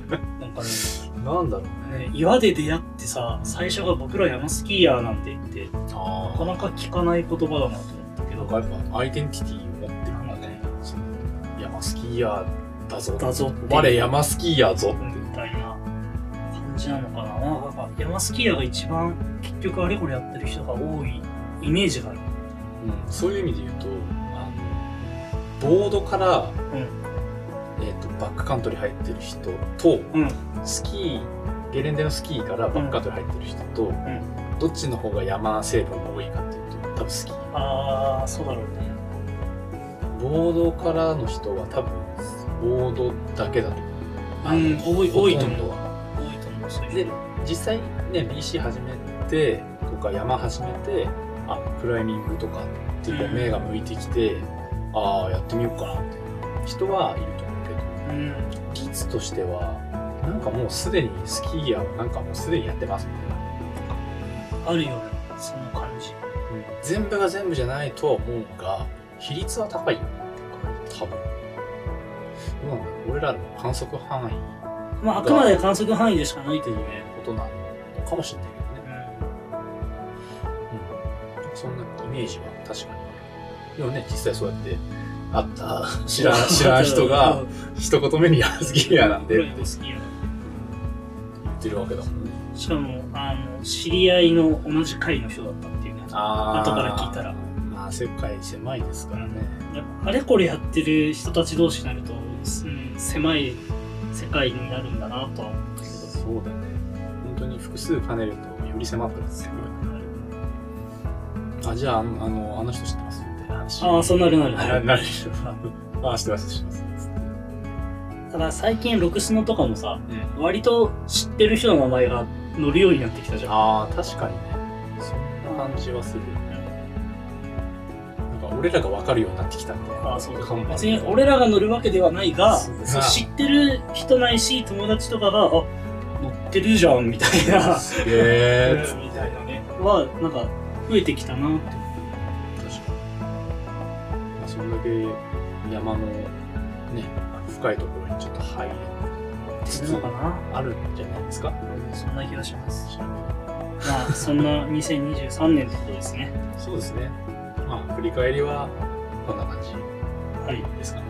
Speaker 1: あ。なんだろう
Speaker 2: ね岩で出会ってさ最初が僕ら山スキーヤーなんて言って
Speaker 1: あ
Speaker 2: なかなか聞かない言葉だなと思ったけ
Speaker 1: な
Speaker 2: ど
Speaker 1: んかやっぱアイデンティティを持ってるんだね。その山スキーヤーだぞ。
Speaker 2: だぞっていう
Speaker 1: 我山スキーヤーぞって。
Speaker 2: みたいな感じなのかななんか山スキーヤーが一番結局あれこれやってる人が多いイメージがある
Speaker 1: うん、そういう意味で言うと、あの、ボードから、
Speaker 2: うん
Speaker 1: えっとバックカントリー入ってる人と、
Speaker 2: うん
Speaker 1: スキー、ゲレンデのスキーからバックカントリー入ってる人と、どっちの方が山成分が多いかっていうと、多分スキー。
Speaker 2: ああそうだろうね
Speaker 1: ボードからの人は多分、ボードだけだと思う。
Speaker 2: うん多い多いと
Speaker 1: ほとん
Speaker 2: 思
Speaker 1: ど
Speaker 2: う
Speaker 1: は
Speaker 2: 多いと思うそういう
Speaker 1: で
Speaker 2: 人
Speaker 1: 実際ね BC 始めてとか山始めてあクライミングとかってこう
Speaker 2: うん
Speaker 1: 目が向いてきて、ああやってみようかなっていう人はいると思うけど
Speaker 2: うん
Speaker 1: 技術としてはなんかもうすでにスキーヤーはなんかもうすでにやってますみたいな、
Speaker 2: あるよねその感じ
Speaker 1: 全部が全部じゃないとは思うが比率は高いよね多分どうなんだろう俺らの観測範囲っ
Speaker 2: まああくまで観測範囲でしかないと
Speaker 1: て
Speaker 2: い
Speaker 1: いうう
Speaker 2: ね
Speaker 1: ことなのかもしれないけどね
Speaker 2: う
Speaker 1: そんなイメージは確かにある。でもね、実際そうやって、会った、知 らん、知らん人が、一言目にヤスギアなんでって
Speaker 2: 好きや
Speaker 1: 言ってるわけだもんね。
Speaker 2: しかもあの知り合いの同じ会の人だったっていうね
Speaker 1: あ
Speaker 2: 後から聞いたら。
Speaker 1: まあ、世界狭いですからね。
Speaker 2: やっぱあれこれやってる人たち同士になると、うん、狭い世界になるんだなとは思ったけど
Speaker 1: そうだね。本当に複数兼ねると、より狭くなってくる。あ、じゃあ、あの、あのあの人知ってますみたいな話。
Speaker 2: ああそうなるなる
Speaker 1: ななるでしょ。ああ、知ってます、知ってます。つって
Speaker 2: ただ最近ロクスノとかもさ割と知ってる人の名前が乗るようになってきたじゃん
Speaker 1: ああ、確かにね。そんな感じはする。なんか、俺らが分かるようになってきたみたいな。
Speaker 2: ああそう
Speaker 1: かも
Speaker 2: 別に俺らが乗るわけではないが
Speaker 1: そうだ
Speaker 2: そう知ってる人ないし友達とかがあ乗ってるじゃんみたいな
Speaker 1: すげ え
Speaker 2: みたいなねはなんか増えてきたなって
Speaker 1: 確かに、まあ、それだけ山のね深いところにちょっと入れつ
Speaker 2: する
Speaker 1: つ
Speaker 2: のかな
Speaker 1: あるんじゃないですか
Speaker 2: そんな気がしますまあそんな2023年ってことですね。
Speaker 1: そうですねまあ振り返りはこんな感じ
Speaker 2: はい。
Speaker 1: ですかね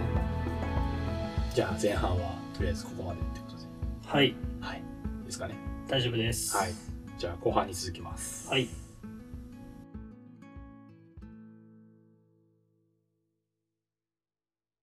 Speaker 1: じゃあ前半はとりあえずここまでってことで
Speaker 2: はい。
Speaker 1: はいですかね
Speaker 2: 大丈夫です。
Speaker 1: はいじゃあ後半に続きます
Speaker 2: はい。